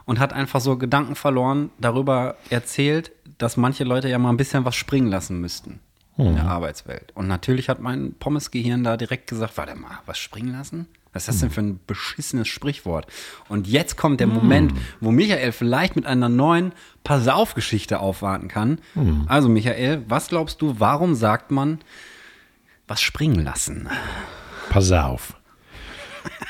Speaker 2: und hat einfach so Gedanken verloren darüber erzählt, dass manche Leute ja mal ein bisschen was springen lassen müssten
Speaker 1: Hm.
Speaker 2: in der Arbeitswelt. Und natürlich hat mein Pommesgehirn da direkt gesagt, warte mal, was springen lassen? Was ist das denn
Speaker 1: Hm.
Speaker 2: für ein beschissenes Sprichwort? Und jetzt kommt der Moment, wo Michael vielleicht mit einer neuen Passauf-Geschichte aufwarten kann.
Speaker 1: Hm.
Speaker 2: Also Michael, was glaubst du, warum sagt man was springen lassen?
Speaker 1: Pass auf.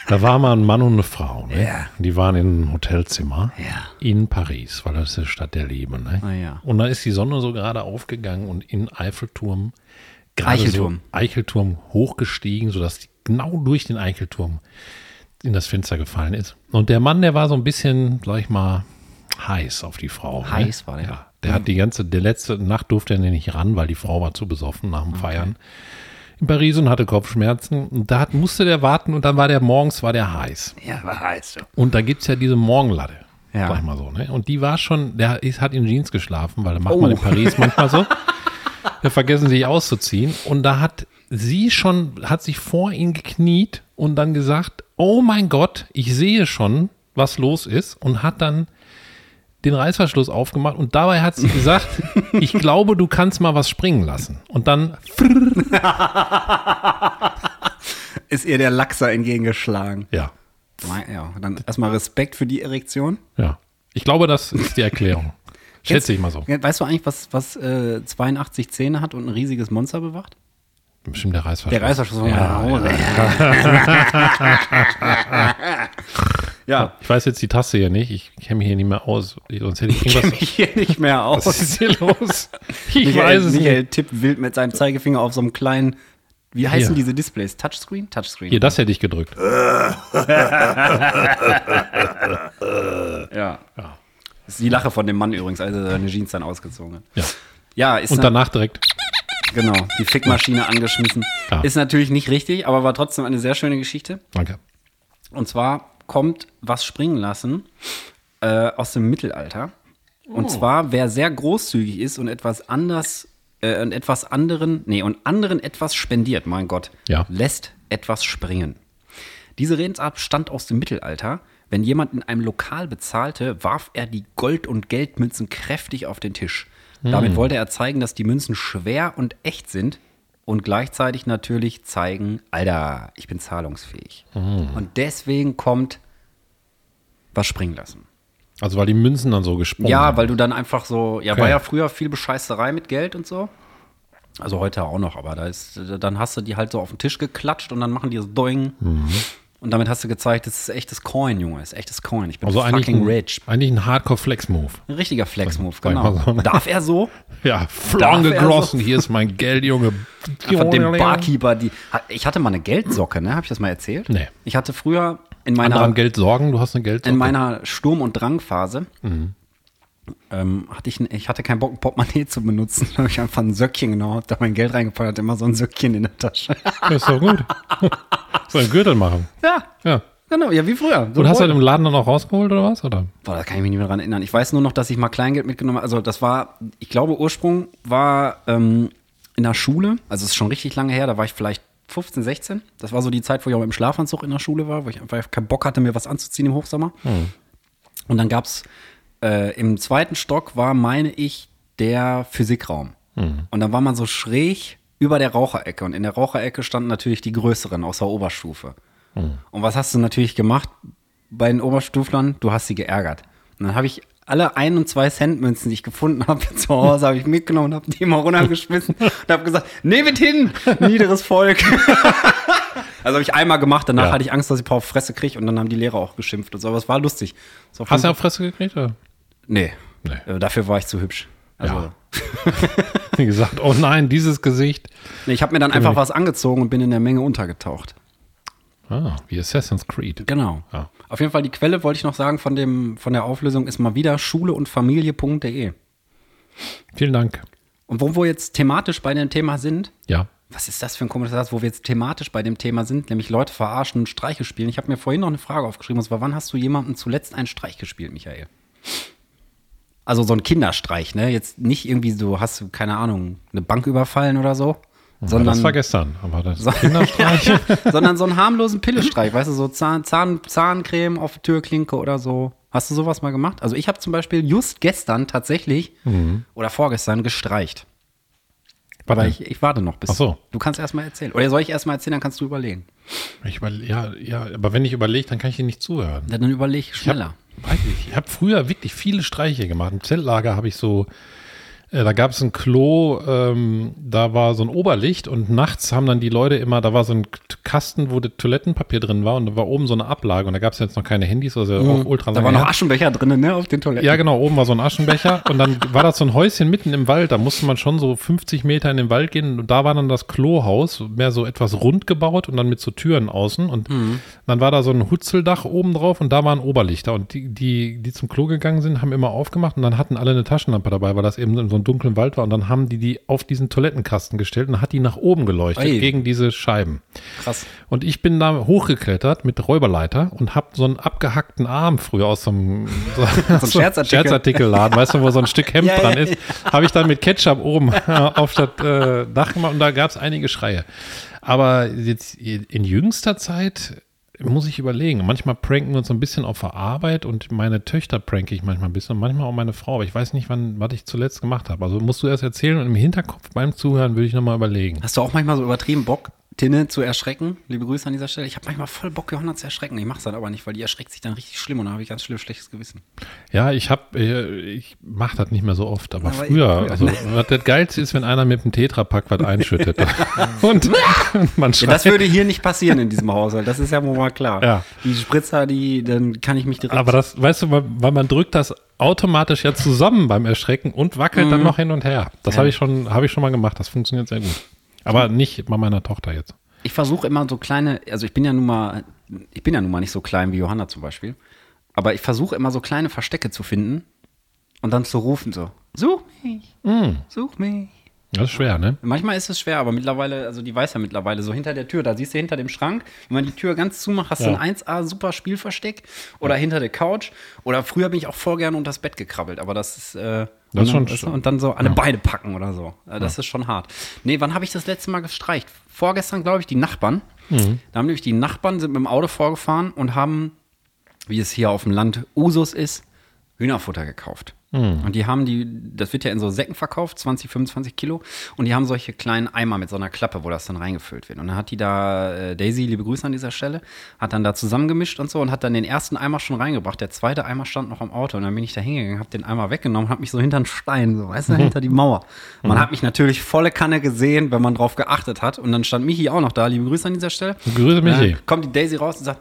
Speaker 1: Da war mal ein Mann und eine Frau. Ne?
Speaker 2: Ja.
Speaker 1: Die waren in einem Hotelzimmer
Speaker 2: Ja.
Speaker 1: in Paris, weil das ist die Stadt der Liebe. Ne?
Speaker 2: Ah, ja.
Speaker 1: Und da ist die Sonne so gerade aufgegangen und in Eiffelturm gerade
Speaker 2: Eichelturm.
Speaker 1: So Eichelturm hochgestiegen, sodass die genau durch den Eichelturm in das Fenster gefallen ist. Und der Mann, der war so ein bisschen, sag ich mal, heiß auf die Frau.
Speaker 2: Heiß
Speaker 1: ne?
Speaker 2: war der?
Speaker 1: Ja. Der hat die ganze, der letzte Nacht durfte er nicht ran, weil die Frau war zu besoffen nach dem Feiern in Paris und hatte Kopfschmerzen. Und da hat, musste der warten und dann war der morgens war der heiß.
Speaker 2: Ja, was heißt du?
Speaker 1: Und da gibt es ja diese Morgenlatte.
Speaker 2: Ja.
Speaker 1: Sag ich mal so, ne? Und die war schon, der ist, hat in Jeans geschlafen, weil das macht
Speaker 2: Oh.
Speaker 1: man in Paris manchmal
Speaker 2: <laughs>
Speaker 1: so. Da vergessen sie sich auszuziehen. Und da hat sie schon, hat sich vor ihn gekniet und dann gesagt, oh mein Gott, ich sehe schon, was los ist. Und hat dann den Reißverschluss aufgemacht und dabei hat sie
Speaker 2: <laughs>
Speaker 1: gesagt, ich glaube, du kannst mal was springen lassen. Und dann
Speaker 2: Ist ihr der Lachser entgegengeschlagen?
Speaker 1: Ja,
Speaker 2: Mei- Ja, dann erstmal Respekt für die Erektion.
Speaker 1: ja. Ich glaube, das ist die Erklärung. Schätze ich mal so.
Speaker 2: Weißt du eigentlich, was, was äh, 82 Zähne hat und ein riesiges Monster bewacht?
Speaker 1: Bestimmt der Reißverschluss.
Speaker 2: Der Reißverschluss von meiner Hose. ja. <laughs>
Speaker 1: Ich weiß jetzt die Taste hier nicht. Ich kenne mich hier nicht mehr aus. Sonst hätte ich
Speaker 2: Ich kenne
Speaker 1: irgendwas.
Speaker 2: mich hier nicht mehr aus.
Speaker 1: Was ist hier
Speaker 2: <laughs>
Speaker 1: los? Ich
Speaker 2: Michael,
Speaker 1: weiß es
Speaker 2: Michael
Speaker 1: nicht.
Speaker 2: tippt wild mit seinem Zeigefinger auf so einem kleinen, wie
Speaker 1: Hier.
Speaker 2: heißen diese Displays? Touchscreen? Touchscreen.
Speaker 1: Hier, das hätte ich gedrückt.
Speaker 2: Ja. Das ist die Lache von dem Mann übrigens, als er seine Jeans dann ausgezogen hat.
Speaker 1: Ja.
Speaker 2: Ja, ist
Speaker 1: Und danach direkt.
Speaker 2: genau, die Fickmaschine angeschmissen.
Speaker 1: Ja.
Speaker 2: Ist natürlich nicht richtig, aber war trotzdem eine sehr schöne Geschichte.
Speaker 1: Danke.
Speaker 2: Und zwar kommt was springen lassen äh, aus dem Mittelalter. Und zwar, wer sehr großzügig ist und etwas anders äh, und etwas anderen, nee, und anderen etwas spendiert, mein Gott,
Speaker 1: Ja.
Speaker 2: lässt etwas springen. Diese Redensart stammt aus dem Mittelalter. Wenn jemand in einem Lokal bezahlte, warf er die Gold- und Geldmünzen kräftig auf den Tisch. Damit wollte er zeigen, dass die Münzen schwer und echt sind und gleichzeitig natürlich zeigen, Alter, ich bin zahlungsfähig. Und deswegen kommt was springen lassen.
Speaker 1: Also, weil die Münzen dann so gesprungen
Speaker 2: Ja,
Speaker 1: sind.
Speaker 2: weil du dann einfach so, ja,
Speaker 1: Okay.
Speaker 2: war ja früher viel Bescheißerei mit Geld und so. Also heute auch noch, aber da ist, dann hast du die halt so auf den Tisch geklatscht und dann machen die so Doing.
Speaker 1: Mhm.
Speaker 2: Und damit hast du gezeigt, das ist echtes Coin, Junge, das ist echtes Coin. Ich bin
Speaker 1: Also, eigentlich
Speaker 2: fucking
Speaker 1: ein,
Speaker 2: rich.
Speaker 1: eigentlich ein Hardcore-Flex-Move.
Speaker 2: Ein richtiger Flex-Move,
Speaker 1: Sag ich
Speaker 2: genau.
Speaker 1: mal so, ne?
Speaker 2: Darf
Speaker 1: <laughs>
Speaker 2: er so?
Speaker 1: Ja, flange
Speaker 2: Darf er so-
Speaker 1: gegrossen. Hier ist mein Geld, Junge.
Speaker 2: Von dem Barkeeper, die. Ich hatte mal eine Geldsocke, ne? Hab ich das mal erzählt?
Speaker 1: Nee.
Speaker 2: Ich hatte früher in
Speaker 1: Andere
Speaker 2: meiner
Speaker 1: haben Geld sorgen, du hast eine Geld.
Speaker 2: in meiner Sturm- und Drangphase
Speaker 1: Mhm.
Speaker 2: ähm, hatte ich, n- ich hatte keinen Bock, ein Portemonnaie zu benutzen. <laughs> Da habe ich einfach ein Söckchen genommen, hab da mein Geld reingepackt, hatte immer so ein Söckchen in der Tasche. <laughs>
Speaker 1: Ist doch gut. so einen Gürtel machen.
Speaker 2: ja,
Speaker 1: Ja.
Speaker 2: genau, ja, wie früher. So
Speaker 1: Und hast du
Speaker 2: voll.
Speaker 1: das im Laden dann auch rausgeholt oder was? Oder?
Speaker 2: Boah, da kann ich mich nicht mehr dran erinnern. Ich weiß nur noch, dass ich mal Kleingeld mitgenommen habe. Also das war, ich glaube, Ursprung war ähm, in der Schule. Also es ist schon richtig lange her. Da war ich vielleicht 15, 16. Das war so die Zeit, wo ich auch im Schlafanzug in der Schule war, wo ich einfach keinen Bock hatte, mir was anzuziehen im Hochsommer. Und dann gab es äh, im zweiten Stock war, meine ich, der Physikraum. Und dann war man so schräg über der Raucherecke. Und in der Raucherecke standen natürlich die größeren aus der Oberstufe. Und was hast du natürlich gemacht bei den Oberstuflern? Du hast sie geärgert. Und dann habe ich alle ein und zwei Cent Münzen, die ich gefunden <laughs> habe zu Hause, habe ich mitgenommen und habe die mal runtergeschmissen und habe gesagt, nehmt hin, niederes Volk. <laughs> also habe ich einmal gemacht, danach
Speaker 1: Ja.
Speaker 2: hatte ich Angst, dass ich ein paar auf Fresse kriege und dann haben die Lehrer auch geschimpft und so, aber es war lustig. Es war
Speaker 1: Hast du auf Fresse gekriegt? Oder?
Speaker 2: Nee.
Speaker 1: Nee.
Speaker 2: Äh, Dafür war ich zu hübsch. Also,
Speaker 1: Ja. Wie gesagt, oh nein, dieses Gesicht.
Speaker 2: nee, ich habe mir dann einfach was angezogen und bin in der Menge untergetaucht.
Speaker 1: Ah, wie Assassin's Creed.
Speaker 2: Genau.
Speaker 1: Ja.
Speaker 2: Auf jeden Fall die Quelle wollte ich noch sagen von dem von der Auflösung ist mal wieder Schule und Familie.de.
Speaker 1: Vielen Dank.
Speaker 2: Und wo wir jetzt thematisch bei dem Thema sind,
Speaker 1: Ja.
Speaker 2: was ist das für ein komisches Satz, wo wir jetzt thematisch bei dem Thema sind, nämlich Leute verarschen und Streiche spielen. Ich habe mir vorhin noch eine Frage aufgeschrieben, und zwar wann hast du jemandem zuletzt einen Streich gespielt, Michael? Also so ein Kinderstreich, ne? Jetzt nicht irgendwie so, hast du, keine Ahnung, eine Bank überfallen oder so,
Speaker 1: Ja,
Speaker 2: sondern
Speaker 1: das war gestern, aber das
Speaker 2: So- <laughs>
Speaker 1: Kinderstreich.
Speaker 2: sondern so einen harmlosen Pillestreich, weißt du, so Zahn, Zahn, Zahncreme auf die Türklinke oder so. Hast du sowas mal gemacht? Also ich habe zum Beispiel just gestern tatsächlich oder vorgestern gestreicht. Aber
Speaker 1: Mhm. Warte,
Speaker 2: ich, ich warte noch bis.
Speaker 1: Ach so.
Speaker 2: Du kannst erstmal erzählen. Oder soll ich erstmal erzählen, dann kannst du überlegen.
Speaker 1: ich über, ja, ja, aber wenn ich überlege, dann kann ich dir nicht zuhören.
Speaker 2: Dann überleg ich schneller.
Speaker 1: Weiß nicht. Ich habe früher wirklich viele Streiche gemacht. Im Zeltlager habe ich so, äh, da gab es ein Klo, ähm, da war so ein Oberlicht und nachts haben dann die Leute immer, da war so ein K- Kasten, wo das Toilettenpapier drin war und da war oben so eine Ablage und da gab es jetzt noch keine Handys, also auch ultra
Speaker 2: Mhm. da
Speaker 1: lange
Speaker 2: war
Speaker 1: her.
Speaker 2: noch Aschenbecher drin, ne, auf den Toiletten.
Speaker 1: Ja, genau, oben war so ein Aschenbecher und dann war das so ein Häuschen mitten im Wald, da musste man schon so 50 Meter in den Wald gehen und da war dann das Klohaus, mehr so etwas rund gebaut und dann mit so Türen außen und dann war da so ein Hutzeldach oben drauf und da waren Oberlichter und die, die, die zum Klo gegangen sind, haben immer aufgemacht und dann hatten alle eine Taschenlampe dabei, weil das eben in so einem dunklen Wald war und dann haben die die auf diesen Toilettenkasten gestellt und hat die nach oben geleuchtet
Speaker 2: Ui.
Speaker 1: gegen diese Scheiben.
Speaker 2: Krass.
Speaker 1: Und ich bin da hochgeklettert mit Räuberleiter und hab so einen abgehackten Arm früher aus so einem, <laughs> so, aus so einem
Speaker 2: Scherzartikel.
Speaker 1: Scherzartikelladen, weißt du, wo so ein Stück Hemd
Speaker 2: Ja,
Speaker 1: dran
Speaker 2: ja,
Speaker 1: ist, habe ich dann mit Ketchup oben auf das äh, Dach gemacht und da gab's einige Schreie. Aber jetzt in jüngster Zeit muss ich überlegen. Manchmal pranken wir uns so ein bisschen auf der Arbeit und meine Töchter pranke ich manchmal ein bisschen und manchmal auch meine Frau. Aber ich weiß nicht, wann, was ich zuletzt gemacht habe. Also musst du erst erzählen und im Hinterkopf beim Zuhören würde ich nochmal überlegen.
Speaker 2: Hast du auch manchmal so übertrieben Bock, Tinne zu erschrecken? Liebe Grüße an dieser Stelle. Ich habe manchmal voll Bock, Johanna zu erschrecken. Ich mach's dann aber nicht, weil die erschreckt sich dann richtig schlimm und dann habe ich ganz schlimm schlechtes Gewissen.
Speaker 1: Ja, ich hab, äh, ich mach das nicht mehr so oft, aber,
Speaker 2: Aber
Speaker 1: früher,
Speaker 2: ich-
Speaker 1: also was das Geilste ist, wenn einer mit einem Tetrapack was einschüttet <laughs> und man
Speaker 2: Ja,
Speaker 1: schreit.
Speaker 2: das würde hier nicht passieren in diesem Haushalt. Das ist ja wohl mal klar.
Speaker 1: Ja.
Speaker 2: Die Spritzer, die, dann kann ich mich direkt.
Speaker 1: aber das, weißt du, weil- weil man drückt das automatisch ja zusammen beim Erschrecken und wackelt
Speaker 2: Mhm.
Speaker 1: dann noch hin und her. Das habe ich schon, habe ich schon mal gemacht. Das funktioniert sehr gut. Aber nicht bei meiner Tochter jetzt.
Speaker 2: ich versuche immer so kleine, also ich bin ja nun mal, ich bin ja nun mal nicht so klein wie Johanna zum Beispiel. Aber ich versuche immer so kleine Verstecke zu finden und dann zu rufen so. Such mich.
Speaker 1: Hm.
Speaker 2: Such mich.
Speaker 1: Das ist schwer, ne?
Speaker 2: Manchmal ist es schwer, aber mittlerweile, also die weiß ja mittlerweile, so hinter der Tür, da siehst du hinter dem Schrank, wenn man die Tür ganz zumacht, hast
Speaker 1: Ja.
Speaker 2: du ein 1A super Spielversteck oder hinter der Couch oder früher bin ich auch voll gerne unter das Bett gekrabbelt, aber das ist, äh,
Speaker 1: Das ist
Speaker 2: und,
Speaker 1: schon-
Speaker 2: dann, und dann so alle Beine packen oder so. Äh, Das ist schon hart. Nee, wann habe ich das letzte Mal gestreicht? Vorgestern, glaube ich, die Nachbarn.
Speaker 1: Mhm.
Speaker 2: Da haben nämlich die Nachbarn sind mit dem Auto vorgefahren und haben wie es hier auf dem Land Usus ist, Hühnerfutter gekauft.
Speaker 1: Hm.
Speaker 2: Und die haben die, das wird ja in so Säcken verkauft, 20, 25 Kilo. Und die haben solche kleinen Eimer mit so einer Klappe, wo das dann reingefüllt wird. Und dann hat die da, äh, Daisy, liebe Grüße an dieser Stelle, hat dann da zusammengemischt und so und hat dann den ersten Eimer schon reingebracht. Der zweite Eimer stand noch am Auto. Und dann bin ich da hingegangen, habe den Eimer weggenommen, habe mich so hinter einen Stein,
Speaker 1: <laughs>
Speaker 2: so, weißt du, hinter die Mauer.
Speaker 1: Mhm.
Speaker 2: Man hat mich natürlich volle Kanne gesehen, wenn man drauf geachtet hat. Und dann stand Michi auch noch da, liebe Grüße an dieser Stelle.
Speaker 1: Grüße, Michi.
Speaker 2: Dann kommt die Daisy raus und sagt,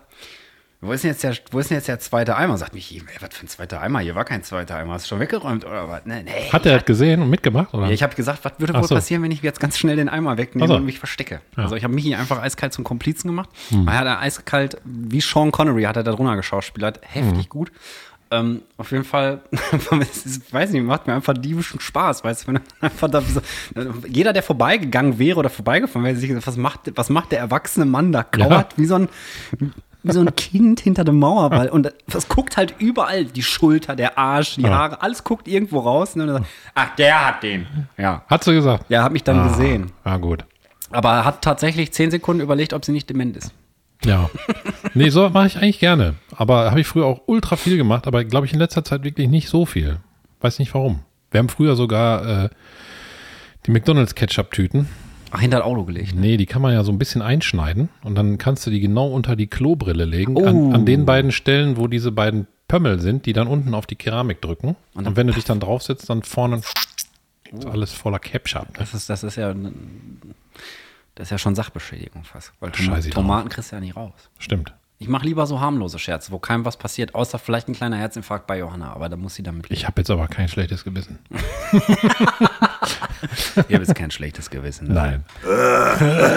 Speaker 2: wo ist, denn jetzt der, wo ist denn jetzt der zweite Eimer? Sagt mich, ey, was für ein zweiter Eimer? Hier war kein zweiter Eimer. Hast du schon weggeräumt oder was? Nee, nee.
Speaker 1: Hat er das gesehen und mitgemacht? Oder?
Speaker 2: Ich habe gesagt, was würde
Speaker 1: Ach
Speaker 2: wohl
Speaker 1: so.
Speaker 2: passieren, wenn ich jetzt ganz schnell den Eimer wegnehme
Speaker 1: Ach so.
Speaker 2: und mich verstecke? Also ich habe Michi einfach eiskalt zum Komplizen gemacht.
Speaker 1: Hm.
Speaker 2: Er hat er eiskalt, wie Sean Connery hat er da drunter geschauspielert.
Speaker 1: Hm.
Speaker 2: Heftig gut. Ähm, auf jeden Fall, <laughs> es ist, weiß nicht, macht mir einfach diebischen Spaß, weißt du, wenn er einfach da so, jeder, der vorbeigegangen wäre oder vorbeigefahren wäre, hätte sich gesagt, was macht, was macht der erwachsene Mann da, kauert wie so ein, wie so ein Kind hinter der Mauer, weil, und das guckt halt überall, die Schulter, der Arsch,
Speaker 1: Ah.
Speaker 2: die Haare, alles guckt irgendwo raus, ne, und dann sagt, ach, der hat den, ja,
Speaker 1: Hat sie gesagt?
Speaker 2: ja, hat mich dann gesehen.
Speaker 1: Ah, gut.
Speaker 2: Aber hat tatsächlich zehn Sekunden überlegt, ob sie nicht dement ist.
Speaker 1: Ja. Nee, so mache ich eigentlich gerne. Aber habe ich früher auch ultra viel gemacht, aber glaube ich in letzter Zeit wirklich nicht so viel. Weiß nicht warum. Wir haben früher sogar äh, die McDonalds Ketchup-Tüten.
Speaker 2: Ach, hinter das Auto gelegt.
Speaker 1: Nee, die kann man ja so ein bisschen einschneiden und dann kannst du die genau unter die Klobrille legen. An, an den beiden Stellen, wo diese beiden Pömmel sind, die dann unten auf die Keramik drücken. Und, wenn du dich dann Oh. draufsetzt, dann vorne ist alles voller Ketchup. Ne?
Speaker 2: Das ist, das ist ja. ein- Das ist ja schon Sachbeschädigung fast. Weil Toma-
Speaker 1: Scheiß ich drauf.
Speaker 2: Tomaten kriegst du ja nicht raus.
Speaker 1: Stimmt.
Speaker 2: Ich mache lieber so harmlose Scherze, wo keinem was passiert, außer vielleicht ein kleiner Herzinfarkt bei Johanna, aber da muss sie damit leben.
Speaker 1: Ich habe jetzt aber kein schlechtes Gewissen.
Speaker 2: Ihr habt jetzt kein schlechtes Gewissen. ne?
Speaker 1: Nein.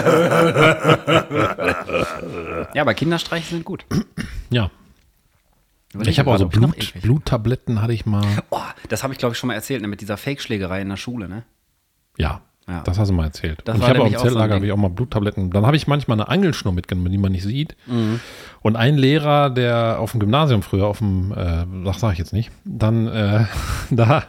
Speaker 2: Ja, aber Kinderstreiche sind gut.
Speaker 1: Ja.
Speaker 2: Überleg
Speaker 1: Ich habe
Speaker 2: mir
Speaker 1: auch so
Speaker 2: gerade, ob ich noch
Speaker 1: Blut,
Speaker 2: irgendwelche-
Speaker 1: Bluttabletten hatte ich mal.
Speaker 2: Oh, das habe ich, glaube ich, schon mal erzählt, ne, mit dieser Fake-Schlägerei in der Schule, ne?
Speaker 1: Ja,
Speaker 2: Ja.
Speaker 1: das hast du mal erzählt. und
Speaker 2: Das
Speaker 1: ich
Speaker 2: war
Speaker 1: habe auch im
Speaker 2: nämlich auch so ein
Speaker 1: Zeltlager
Speaker 2: Ding.
Speaker 1: habe ich auch mal Bluttabletten. Dann habe ich manchmal eine Angelschnur mitgenommen, die man nicht sieht.
Speaker 2: Mhm.
Speaker 1: Und ein Lehrer, der auf dem Gymnasium früher, auf dem, äh, das sage ich jetzt nicht, dann äh, <laughs> da,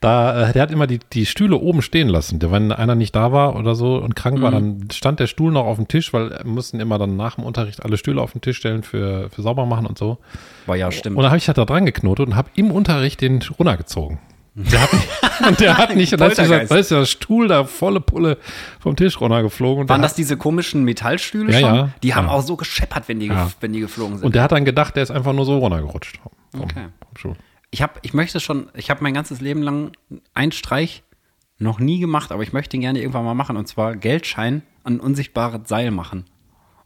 Speaker 1: da, äh, der hat immer die, die Stühle oben stehen lassen. Der, wenn einer nicht da war oder so und krank
Speaker 2: Mhm.
Speaker 1: war, dann stand der Stuhl noch auf dem Tisch, weil äh, mussten immer dann nach dem Unterricht alle Stühle auf den Tisch stellen für, für sauber machen und so.
Speaker 2: War ja, stimmt.
Speaker 1: Oh, Und dann habe ich das da dran geknotet und habe im Unterricht den runtergezogen. Der hat nicht, <laughs> und der hat nicht, und dann ist dieser,
Speaker 2: Poltergeist.
Speaker 1: dann ist der Stuhl da volle Pulle vom Tisch runtergeflogen. Und, der
Speaker 2: Waren das
Speaker 1: hat,
Speaker 2: diese komischen Metallstühle
Speaker 1: Ja,
Speaker 2: schon?
Speaker 1: ja.
Speaker 2: Die haben
Speaker 1: Ja.
Speaker 2: auch so gescheppert, wenn die, ge-
Speaker 1: Ja.
Speaker 2: wenn die geflogen sind.
Speaker 1: und der hat dann gedacht, der ist einfach nur so runtergerutscht. Vom,
Speaker 2: Okay.
Speaker 1: vom Stuhl.
Speaker 2: ich, hab, ich möchte schon, ich habe mein ganzes Leben lang einen Streich noch nie gemacht, aber ich möchte ihn gerne irgendwann mal machen. Und zwar Geldschein an ein unsichtbares Seil machen.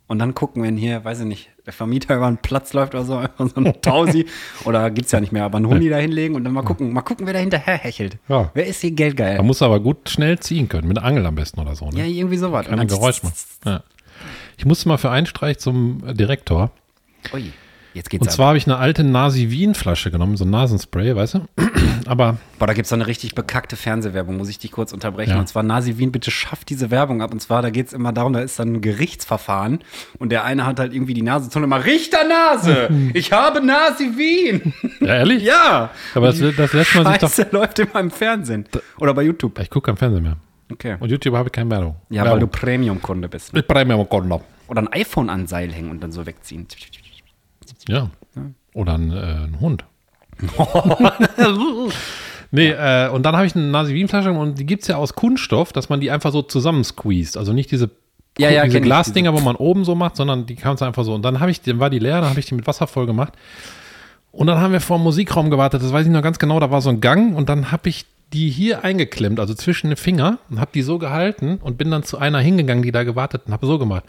Speaker 2: Und dann gucken, wenn hier, weiß ich nicht, der Vermieter <laughs> über einen Platz läuft oder so, <laughs> einfach so ein Tausi oder gibt's ja nicht mehr, aber einen Huni da hinlegen und dann mal gucken, mal gucken, wer da hinterher hechelt.
Speaker 1: Ja.
Speaker 2: Wer ist hier geldgeil?
Speaker 1: Da muss er aber gut schnell ziehen können, mit der Angel am besten oder so. Ne?
Speaker 2: Ja, irgendwie sowas.
Speaker 1: Keine Geräusch machen. Ja. Ich musste mal für einen Streich zum äh, Direktor.
Speaker 2: Ui, jetzt geht's
Speaker 1: Und
Speaker 2: ab.
Speaker 1: zwar habe ich eine alte Nasi-Wien-Flasche genommen, so ein Nasenspray, weißt du? <clears throat> aber
Speaker 2: Boah, da gibt es so eine richtig bekackte Fernsehwerbung, muss ich dich kurz unterbrechen.
Speaker 1: Ja.
Speaker 2: Und zwar, Nasi Wien, bitte schafft diese Werbung ab. Und zwar, da geht es immer darum, da ist dann ein Gerichtsverfahren und der eine hat halt irgendwie die Nase zu und immer,
Speaker 1: <laughs>
Speaker 2: Richternase, ich habe Nasi Wien. <laughs>
Speaker 1: ja, ehrlich?
Speaker 2: ja.
Speaker 1: Aber das, das lässt man sich doch.
Speaker 2: Scheiße, läuft immer im Fernsehen. Oder bei YouTube.
Speaker 1: Ich gucke kein Fernsehen mehr.
Speaker 2: Okay.
Speaker 1: Und YouTube habe ich keine Werbung.
Speaker 2: Ja, weil du
Speaker 1: Werbung.
Speaker 2: Premium-Kunde bist. ne?
Speaker 1: Ich brenne mir mal Gott ab.
Speaker 2: Oder ein iPhone an Seil hängen und dann so wegziehen.
Speaker 1: Ja. Oder ein, äh, ein Hund. Nee, äh, und dann habe ich eine Nasi-Wien-Flasche und die gibt es ja aus Kunststoff, dass man die einfach so zusammensqueezed. Also nicht diese,
Speaker 2: Ja, ja, kenn
Speaker 1: diese
Speaker 2: ich,
Speaker 1: Glasdinger, wo man oben so macht, sondern die kannst du einfach so. Und dann habe ich, dann war die leer, dann habe ich die mit Wasser voll gemacht. Und dann haben wir vor dem Musikraum gewartet, das weiß ich noch ganz genau, da war so ein Gang und dann habe ich die hier eingeklemmt, also zwischen den Finger und habe die so gehalten und bin dann zu einer hingegangen, die da gewartet und habe so gemacht.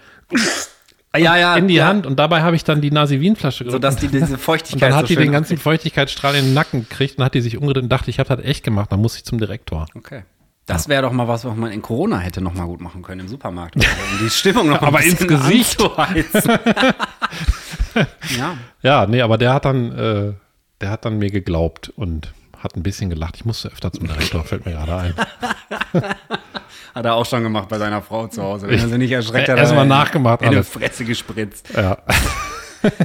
Speaker 2: Ja, ja.
Speaker 1: In die
Speaker 2: ja.
Speaker 1: Hand und dabei habe ich dann die Nasi-Wien-Flasche
Speaker 2: Sodass die diese
Speaker 1: und
Speaker 2: Feuchtigkeit
Speaker 1: dann hat
Speaker 2: so
Speaker 1: die
Speaker 2: schön
Speaker 1: den ganzen Feuchtigkeitsstrahl in den Nacken gekriegt und hat die sich umgedreht und dachte, ich habe das echt gemacht, dann muss ich zum Direktor.
Speaker 2: Okay. Das wäre doch mal was, was man in Corona hätte noch mal gut machen können im Supermarkt. oder so, Um die Stimmung noch
Speaker 1: Aber
Speaker 2: ein bisschen
Speaker 1: ins Gesicht. <laughs>
Speaker 2: anzuheizen. ja.
Speaker 1: Ja, nee, aber der hat dann, äh, der hat dann mir geglaubt und hat ein bisschen gelacht. Ich musste öfter zum Direktor, fällt mir gerade <laughs> ein.
Speaker 2: Hat er auch schon gemacht bei seiner Frau zu Hause. Wenn er sie nicht erschreckt hat,
Speaker 1: Erst
Speaker 2: hat
Speaker 1: mal
Speaker 2: er
Speaker 1: nachgemacht
Speaker 2: In eine
Speaker 1: alles.
Speaker 2: Fresse gespritzt.
Speaker 1: Ja.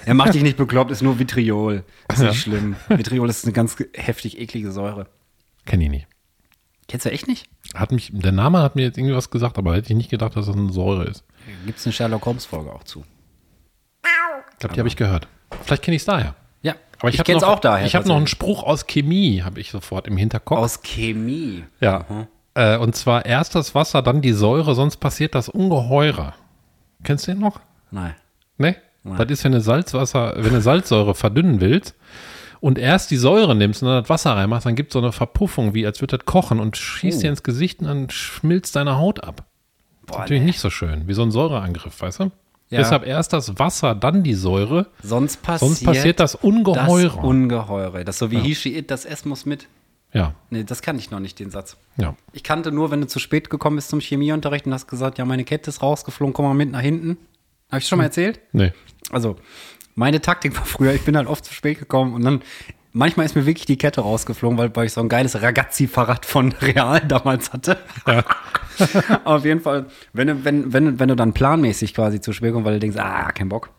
Speaker 2: Er macht dich nicht bekloppt, ist nur Vitriol. Ist nicht schlimm. Vitriol ist eine ganz heftig eklige Säure.
Speaker 1: Kenn ich nicht.
Speaker 2: Kennst du echt nicht?
Speaker 1: Hat mich, der Name hat mir jetzt irgendwie was gesagt, aber hätte ich nicht gedacht, dass das eine Säure ist.
Speaker 2: Gibt es eine Sherlock Holmes-Folge auch zu?
Speaker 1: Ich glaube, die habe ich gehört. Vielleicht kenne ich es daher.
Speaker 2: Ja.
Speaker 1: Aber ich, hab
Speaker 2: kenn's
Speaker 1: noch,
Speaker 2: auch daher.
Speaker 1: Ich habe noch einen Spruch aus Chemie, habe ich sofort im Hinterkopf.
Speaker 2: Aus Chemie.
Speaker 1: ja. Äh, und zwar erst das Wasser, dann die Säure, sonst passiert das Ungeheure. Kennst du den noch?
Speaker 2: Nein.
Speaker 1: Ne?
Speaker 2: Nein.
Speaker 1: Das ist, wenn du Salzwasser, wenn du Salzsäure verdünnen willst und erst die Säure nimmst und dann das Wasser reinmachst, dann gibt es so eine Verpuffung, wie als würde das kochen und schießt dir ins Gesicht und dann schmilzt deine Haut ab.
Speaker 2: Oh. Boah,
Speaker 1: Natürlich
Speaker 2: nee.
Speaker 1: nicht so schön, wie so ein Säureangriff, weißt du?
Speaker 2: Ja.
Speaker 1: Deshalb erst das Wasser, dann die Säure,
Speaker 2: Sonst passiert,
Speaker 1: sonst passiert das
Speaker 2: das
Speaker 1: Ungeheure.
Speaker 2: Ungeheure. Das ist so wie Hishi It, das S muss mit.
Speaker 1: ja,
Speaker 2: Nee, das kann ich noch nicht, den Satz.
Speaker 1: ja.
Speaker 2: Ich kannte nur, wenn du zu spät gekommen bist zum Chemieunterricht und hast gesagt, ja, meine Kette ist rausgeflogen, komm mal mit nach hinten. Habe ich schon mal erzählt?
Speaker 1: Nee.
Speaker 2: Also, meine Taktik war früher, ich bin halt oft zu spät gekommen und dann, manchmal ist mir wirklich die Kette rausgeflogen, weil, weil ich so ein geiles Ragazzi-Fahrrad von <laughs> Real damals hatte. <laughs> Auf jeden Fall, wenn, du- wenn, wenn, du- wenn du dann planmäßig quasi zu spät kommst, weil du denkst, ah, kein Bock,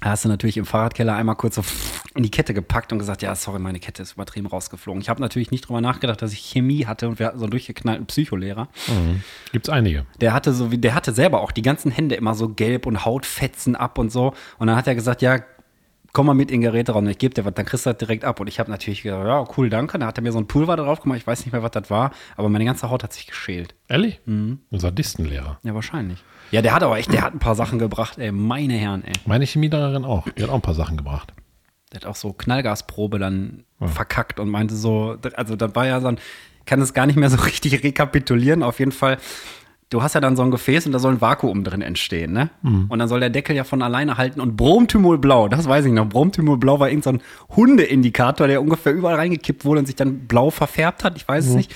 Speaker 2: Da hast du natürlich im Fahrradkeller einmal kurz so in die Kette gepackt und gesagt, ja, sorry, meine Kette ist übertrieben rausgeflogen. Ich habe natürlich nicht drüber nachgedacht, dass ich Chemie hatte und wir hatten so einen durchgeknallten Psycholehrer.
Speaker 1: Gibt's einige.
Speaker 2: Der hatte so wie, der hatte selber auch die ganzen Hände immer so gelb und Hautfetzen ab und so. Und dann hat er gesagt, ja, komm mal mit in den Geräteraum, ich gebe dir was, dann kriegst du das direkt ab. Und ich habe natürlich gesagt, ja, cool, danke. Da hat er mir so ein Pulver drauf gemacht, ich weiß nicht mehr, was das war, aber meine ganze Haut hat sich geschält.
Speaker 1: Ehrlich?
Speaker 2: Mhm.
Speaker 1: Ein Sadistenlehrer.
Speaker 2: Ja, wahrscheinlich. Ja, der hat aber echt, der hat ein paar Sachen gebracht, ey, meine Herren, ey.
Speaker 1: Meine Chemielehrerin auch. Die hat auch ein paar Sachen gebracht.
Speaker 2: Der hat auch so Knallgasprobe dann verkackt und meinte so, also dann war ja so ein, kann es gar nicht mehr so <laughs> richtig rekapitulieren. Auf jeden Fall, du hast ja dann so ein Gefäß und da soll ein Vakuum drin entstehen, ne? Und dann soll der Deckel ja von alleine halten und Bromthymolblau, das weiß ich noch. Bromthymolblau war irgendein so ein Hundeindikator, der ungefähr überall reingekippt wurde und sich dann blau verfärbt hat. Ich weiß es nicht.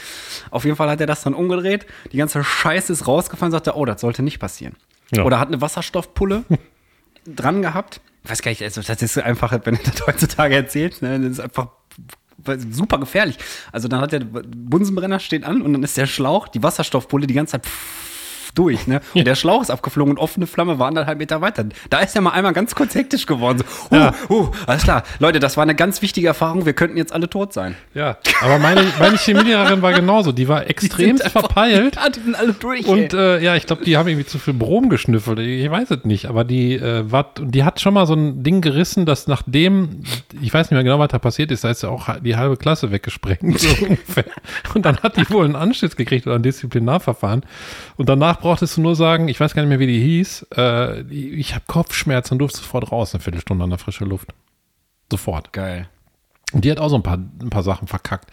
Speaker 2: Auf jeden Fall hat er das dann umgedreht. Die ganze Scheiße ist rausgefallen, sagte, oh, das sollte nicht passieren.
Speaker 1: Ja.
Speaker 2: Oder hat eine Wasserstoffpulle dran gehabt. Ich weiß gar nicht, also das ist einfach, wenn du das heutzutage erzählst, ne, das ist einfach super gefährlich. Also dann hat der Bunsenbrenner steht an und dann ist der Schlauch, die Wasserstoffpulle die ganze Zeit durch, ne? Und der Schlauch ist abgeflogen und offene Flamme war anderthalb Meter weiter. Da ist ja mal einmal ganz kurz hektisch geworden. So, uh, uh, alles klar. Leute, das war eine ganz wichtige Erfahrung. Wir könnten jetzt alle tot sein.
Speaker 1: Ja. Aber meine, meine Chemielehrerin war genauso. Die war extrem
Speaker 2: sind einfach-
Speaker 1: verpeilt.
Speaker 2: <laughs> Ja, die sind alle durch.
Speaker 1: Und
Speaker 2: ey.
Speaker 1: äh, ja, ich glaube, die haben irgendwie zu viel Brom geschnüffelt. Ich weiß es nicht, aber die, äh, war, die hat schon mal so ein Ding gerissen, dass nachdem, ich weiß nicht mehr genau, was da passiert ist, da ist ja auch die halbe Klasse weggesprengt. So ungefähr. und dann hat die wohl einen Anschluss gekriegt oder ein Disziplinarverfahren. Und danach brauchtest du nur sagen, ich weiß gar nicht mehr, wie die hieß, äh, ich habe Kopfschmerzen und durfte sofort raus, eine Viertelstunde an der frischen Luft. Sofort.
Speaker 2: geil.
Speaker 1: Und die hat auch so ein paar, ein paar Sachen verkackt.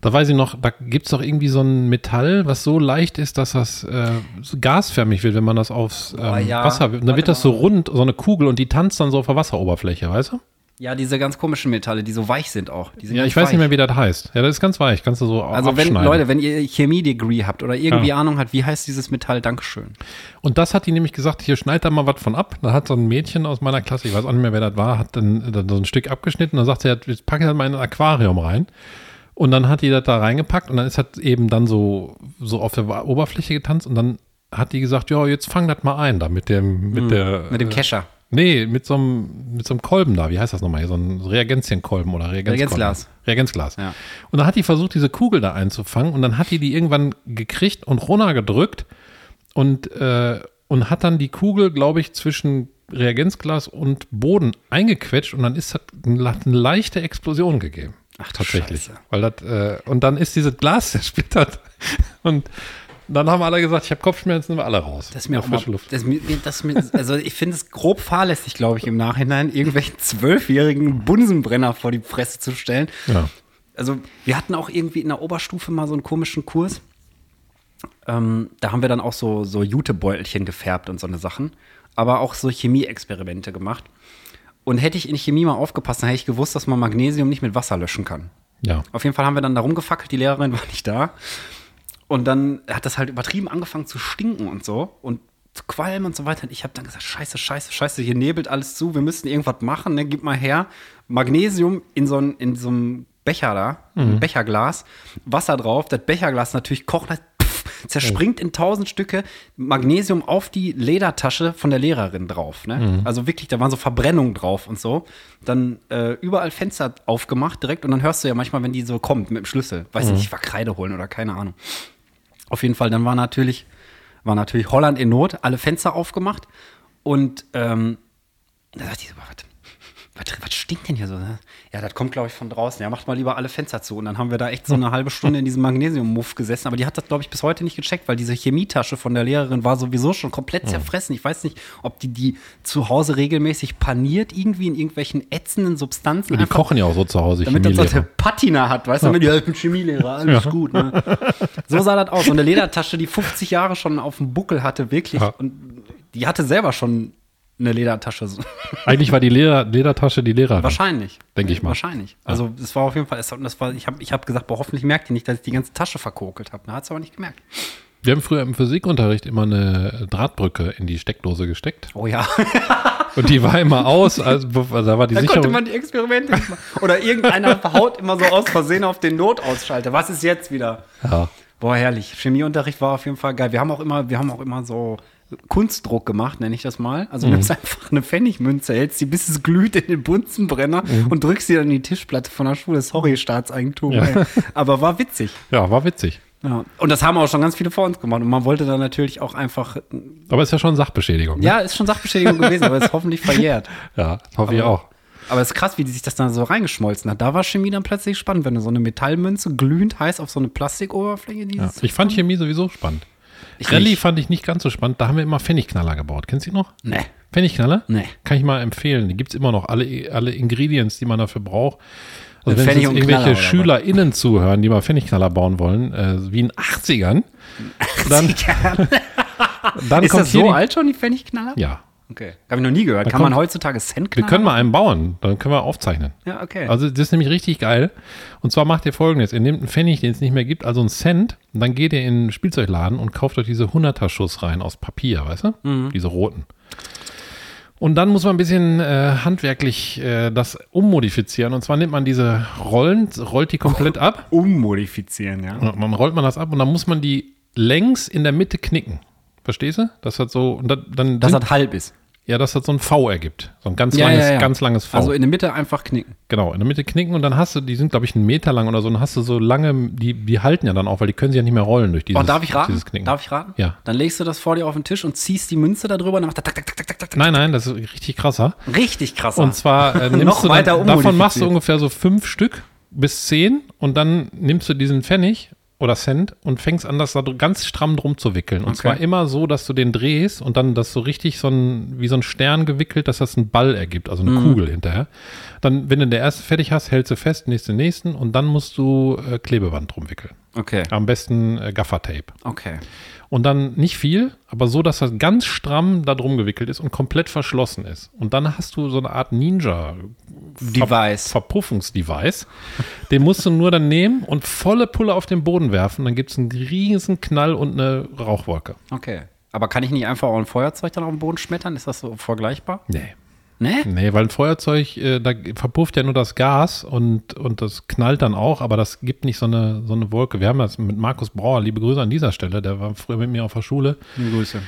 Speaker 1: Da weiß ich noch, da gibt es doch irgendwie so ein Metall, was so leicht ist, dass das äh, so gasförmig wird, wenn man das aufs ähm,
Speaker 2: Oh, ja.
Speaker 1: Wasser. Dann
Speaker 2: Warte
Speaker 1: wird das so rund, so eine Kugel und die tanzt dann so auf der Wasseroberfläche, weißt du?
Speaker 2: Ja, diese ganz komischen Metalle, die so weich sind auch. Die sind
Speaker 1: Ja,
Speaker 2: ganz
Speaker 1: ich weiß
Speaker 2: weich.
Speaker 1: nicht mehr, wie das heißt. Ja, das ist ganz weich, kannst du so
Speaker 2: Also wenn,
Speaker 1: abschneiden.
Speaker 2: Leute, wenn ihr Chemie-Degree habt oder irgendwie Ahnung habt, wie heißt dieses Metall? Dankeschön.
Speaker 1: Und das hat die nämlich gesagt, hier schneid da mal was von ab. Da hat so ein Mädchen aus meiner Klasse, ich weiß auch nicht mehr, wer das war, hat dann, dann so ein Stück abgeschnitten und dann sagt sie, ja, jetzt packe ich das mal in ein Aquarium rein. Und dann hat die das da reingepackt und dann ist das eben dann so, so auf der Wa- Oberfläche getanzt und dann hat die gesagt, ja, jetzt fang das mal ein da mit dem, mit der,
Speaker 2: Hm. Mit dem Kescher.
Speaker 1: nee, mit so einem, mit so einem Kolben da, wie heißt das nochmal hier, so ein Reagenzien-Kolben oder Reagenzkolben.
Speaker 2: Reagenzglas.
Speaker 1: Reagenzglas.
Speaker 2: Ja.
Speaker 1: Und dann hat die versucht, diese Kugel da einzufangen und dann hat die die irgendwann gekriegt und runtergedrückt und, äh, und hat dann die Kugel, glaube ich, zwischen Reagenzglas und Boden eingequetscht und dann ist hat eine leichte Explosion gegeben.
Speaker 2: Ach, du
Speaker 1: tatsächlich.
Speaker 2: Scheiße.
Speaker 1: Weil das, äh, und dann ist dieses Glas <laughs> zersplittert. Und dann haben alle gesagt, ich habe Kopfschmerzen, sind wir alle raus.
Speaker 2: Das ist mir
Speaker 1: Auf
Speaker 2: auch mal,
Speaker 1: frische Luft.
Speaker 2: Das, mir- mir- das, mir- also ich finde es grob fahrlässig, glaube ich, im Nachhinein, irgendwelchen zwölfjährigen Bunsenbrenner vor die Fresse zu stellen.
Speaker 1: Ja.
Speaker 2: Also wir hatten auch irgendwie in der Oberstufe mal so einen komischen Kurs. Ähm, da haben wir dann auch so, so Jutebeutelchen gefärbt und so eine Sachen. Aber auch so Chemieexperimente gemacht. Und hätte ich in Chemie mal aufgepasst, dann hätte ich gewusst, dass man Magnesium nicht mit Wasser löschen kann.
Speaker 1: ja.
Speaker 2: Auf jeden Fall haben wir dann da rumgefackelt, die Lehrerin war nicht da. Und dann hat das halt übertrieben angefangen zu stinken und so und zu qualmen und so weiter. Und ich habe dann gesagt, scheiße, scheiße, scheiße, hier nebelt alles zu, wir müssen irgendwas machen, ne? gib mal her. Magnesium in so, ein, in so einem Becher da, ein Becherglas, Wasser drauf, das Becherglas natürlich kocht, das pff, zerspringt in tausend Stücke, Magnesium auf die Ledertasche von der Lehrerin drauf. Ne? Also wirklich, da waren so Verbrennungen drauf und so. Dann äh, überall Fenster aufgemacht direkt und dann hörst du ja manchmal, wenn die so kommt mit dem Schlüssel. Weiß nicht, ich war Kreide holen oder keine Ahnung. Auf jeden Fall, dann war natürlich, war natürlich Holland in Not, alle Fenster aufgemacht. Und ähm, da sagt die so, was, was, was stinkt denn hier so? ne? Ja, das kommt, glaube ich, von draußen. Ja, macht mal lieber alle Fenster zu. Und dann haben wir da echt so eine halbe Stunde in diesem Magnesium-Muff gesessen. Aber die hat das, glaube ich, bis heute nicht gecheckt, weil diese Chemietasche von der Lehrerin war sowieso schon komplett zerfressen. Ich weiß nicht, ob die die zu Hause regelmäßig paniert, irgendwie in irgendwelchen ätzenden Substanzen.
Speaker 1: Die
Speaker 2: einfach
Speaker 1: kochen ja auch so zu Hause,
Speaker 2: damit das so eine
Speaker 1: Chemielehrer.
Speaker 2: Patina hat, weißt du, damit die halt ein Chemielehrer, alles gut. Ne? So sah das aus. So eine Ledertasche, die 50 Jahre schon auf dem Buckel hatte, wirklich.
Speaker 1: Ja.
Speaker 2: Und die hatte selber schon eine Ledertasche. so.
Speaker 1: <laughs> Eigentlich war die Leder, Ledertasche die Lehrerin.
Speaker 2: Wahrscheinlich.
Speaker 1: Denk ich mal.
Speaker 2: Wahrscheinlich. Also es war auf jeden Fall, es, hat- das war, ich habe ich hab gesagt, boah, hoffentlich merkt die nicht, dass ich die ganze Tasche verkokelt habe. Hat es aber nicht gemerkt.
Speaker 1: Wir haben früher im Physikunterricht immer eine Drahtbrücke in die Steckdose gesteckt.
Speaker 2: Oh ja. <laughs>
Speaker 1: Und die war immer aus, also be- da war die
Speaker 2: Da konnte
Speaker 1: Sicherung.
Speaker 2: man die Experimente nicht machen. Oder irgendeiner haut immer so aus Versehen auf den Notausschalter. Was ist jetzt wieder?
Speaker 1: ja.
Speaker 2: Boah, herrlich. Chemieunterricht war auf jeden Fall geil. Wir haben auch immer, wir haben auch immer so Kunstdruck gemacht, nenne ich das mal.
Speaker 1: Mhm.
Speaker 2: Also nimmst einfach eine Pfennigmünze, hältst die, bis es glüht in den Bunsenbrenner
Speaker 1: Mhm.
Speaker 2: und drückst sie dann in die Tischplatte von der Schule. Sorry, Staatseigentum. Ey. <laughs> Aber war witzig.
Speaker 1: Ja, war witzig.
Speaker 2: Ja. Und das haben auch schon ganz viele vor uns gemacht. Und man wollte dann natürlich auch einfach,
Speaker 1: Aber ist ja schon Sachbeschädigung. ne?
Speaker 2: ja, ist
Speaker 1: <laughs>
Speaker 2: schon Sachbeschädigung gewesen, aber ist hoffentlich verjährt.
Speaker 1: ja hoffe ich auch.
Speaker 2: Aber es ist krass, wie sich das dann so reingeschmolzen hat. Da war Chemie dann plötzlich spannend, wenn du so eine Metallmünze glühend heiß auf so eine Plastikoberfläche
Speaker 1: Ja.
Speaker 2: dieses.
Speaker 1: Ich fand Chemie sowieso spannend.
Speaker 2: Ich
Speaker 1: Rallye
Speaker 2: nicht.
Speaker 1: fand ich nicht ganz so spannend. Da haben wir immer Pfennigknaller gebaut. Kennst du die noch?
Speaker 2: Nee. <laughs>
Speaker 1: Pfennigknaller?
Speaker 2: Nee.
Speaker 1: Kann ich mal empfehlen. Die gibt es immer noch. Alle, alle Ingredients, die man dafür braucht. Also
Speaker 2: Mit
Speaker 1: wenn
Speaker 2: Pfennig
Speaker 1: jetzt
Speaker 2: und
Speaker 1: irgendwelche
Speaker 2: Knaller, oder was?
Speaker 1: SchülerInnen zuhören, die mal Pfennigknaller bauen wollen, äh, wie in
Speaker 2: <laughs>
Speaker 1: 80ern, dann, dann
Speaker 2: Ist
Speaker 1: kommt
Speaker 2: das
Speaker 1: hier
Speaker 2: so
Speaker 1: die,
Speaker 2: alt schon, die Pfennigknaller?
Speaker 1: Ja.
Speaker 2: Okay. Habe ich noch nie gehört. Kann man
Speaker 1: kommt-
Speaker 2: heutzutage Cent
Speaker 1: Wir können mal einen bauen, dann können wir aufzeichnen.
Speaker 2: Ja, okay.
Speaker 1: Also das ist nämlich richtig geil. Und zwar macht ihr folgendes. Ihr nehmt einen Pfennig, den es nicht mehr gibt, also einen Cent. Und dann geht ihr in einen Spielzeugladen und kauft euch diese 100er-Schuss rein aus Papier, weißt du?
Speaker 2: Mhm.
Speaker 1: Diese roten. Und dann muss man ein bisschen äh, handwerklich äh, das ummodifizieren. Und zwar nimmt man diese Rollen, rollt die
Speaker 2: <laughs>
Speaker 1: komplett ab.
Speaker 2: Ummodifizieren, ja.
Speaker 1: Und dann rollt man das ab und dann muss man die längs in der Mitte knicken. Verstehst du? Das hat so, und dann, dann
Speaker 2: Dass
Speaker 1: sind,
Speaker 2: das halb ist.
Speaker 1: ja, das hat so ein V ergibt. So ein ganz langes, ganz langes V.
Speaker 2: Also in der Mitte einfach knicken.
Speaker 1: Genau, in der Mitte knicken und dann hast du, die sind glaube ich einen Meter lang oder so, und dann hast du so lange, die, die halten ja dann auch, weil die können sie ja nicht mehr rollen durch dieses,
Speaker 2: Und Oh, darf ich raten?
Speaker 1: dieses Knicken.
Speaker 2: Darf ich raten?
Speaker 1: Ja.
Speaker 2: Dann legst du das vor dir auf den Tisch und ziehst die Münze da drüber und dann macht er tak, tak, tak, tak, tak, tak.
Speaker 1: Nein, nein, das ist richtig krasser.
Speaker 2: Richtig krass.
Speaker 1: Und zwar
Speaker 2: <laughs>
Speaker 1: äh, nimmst
Speaker 2: Ah. Noch
Speaker 1: du
Speaker 2: weiter
Speaker 1: dann, davon machst du
Speaker 2: ummodifiziert.
Speaker 1: ungefähr so fünf Stück bis zehn und dann nimmst du diesen Pfennig oder Cent und fängst an, das da dr- ganz stramm drum zu wickeln. Und
Speaker 2: Okay.
Speaker 1: zwar immer so, dass du den drehst und dann das so richtig so ein, wie so ein Stern gewickelt, dass das einen Ball ergibt, also eine
Speaker 2: Mhm.
Speaker 1: Kugel hinterher. Dann, wenn du den ersten fertig hast, hältst du fest, nächste, nächsten und dann musst du äh, Klebeband drum wickeln.
Speaker 2: Okay.
Speaker 1: Am besten äh, Gaffertape.
Speaker 2: Okay.
Speaker 1: Und dann nicht viel, aber so, dass das ganz stramm da drum gewickelt ist und komplett verschlossen ist. Und dann hast du so eine Art Ninja
Speaker 2: Device.
Speaker 1: Verpuffungsdevice. Den musst du nur dann nehmen und volle Pulle auf den Boden werfen. Dann gibt es einen riesen Knall und eine Rauchwolke.
Speaker 2: Okay. Aber kann ich nicht einfach auch ein Feuerzeug dann auf den Boden schmettern? Ist das so vergleichbar?
Speaker 1: Nee.
Speaker 2: Ne?
Speaker 1: Nee, weil ein Feuerzeug, äh, da verpufft ja nur das Gas und, und das knallt dann auch, aber das gibt nicht so eine, so eine Wolke. Wir haben das mit Markus Brauer, liebe Grüße an dieser Stelle, der war früher mit mir auf der Schule.
Speaker 2: Grüße.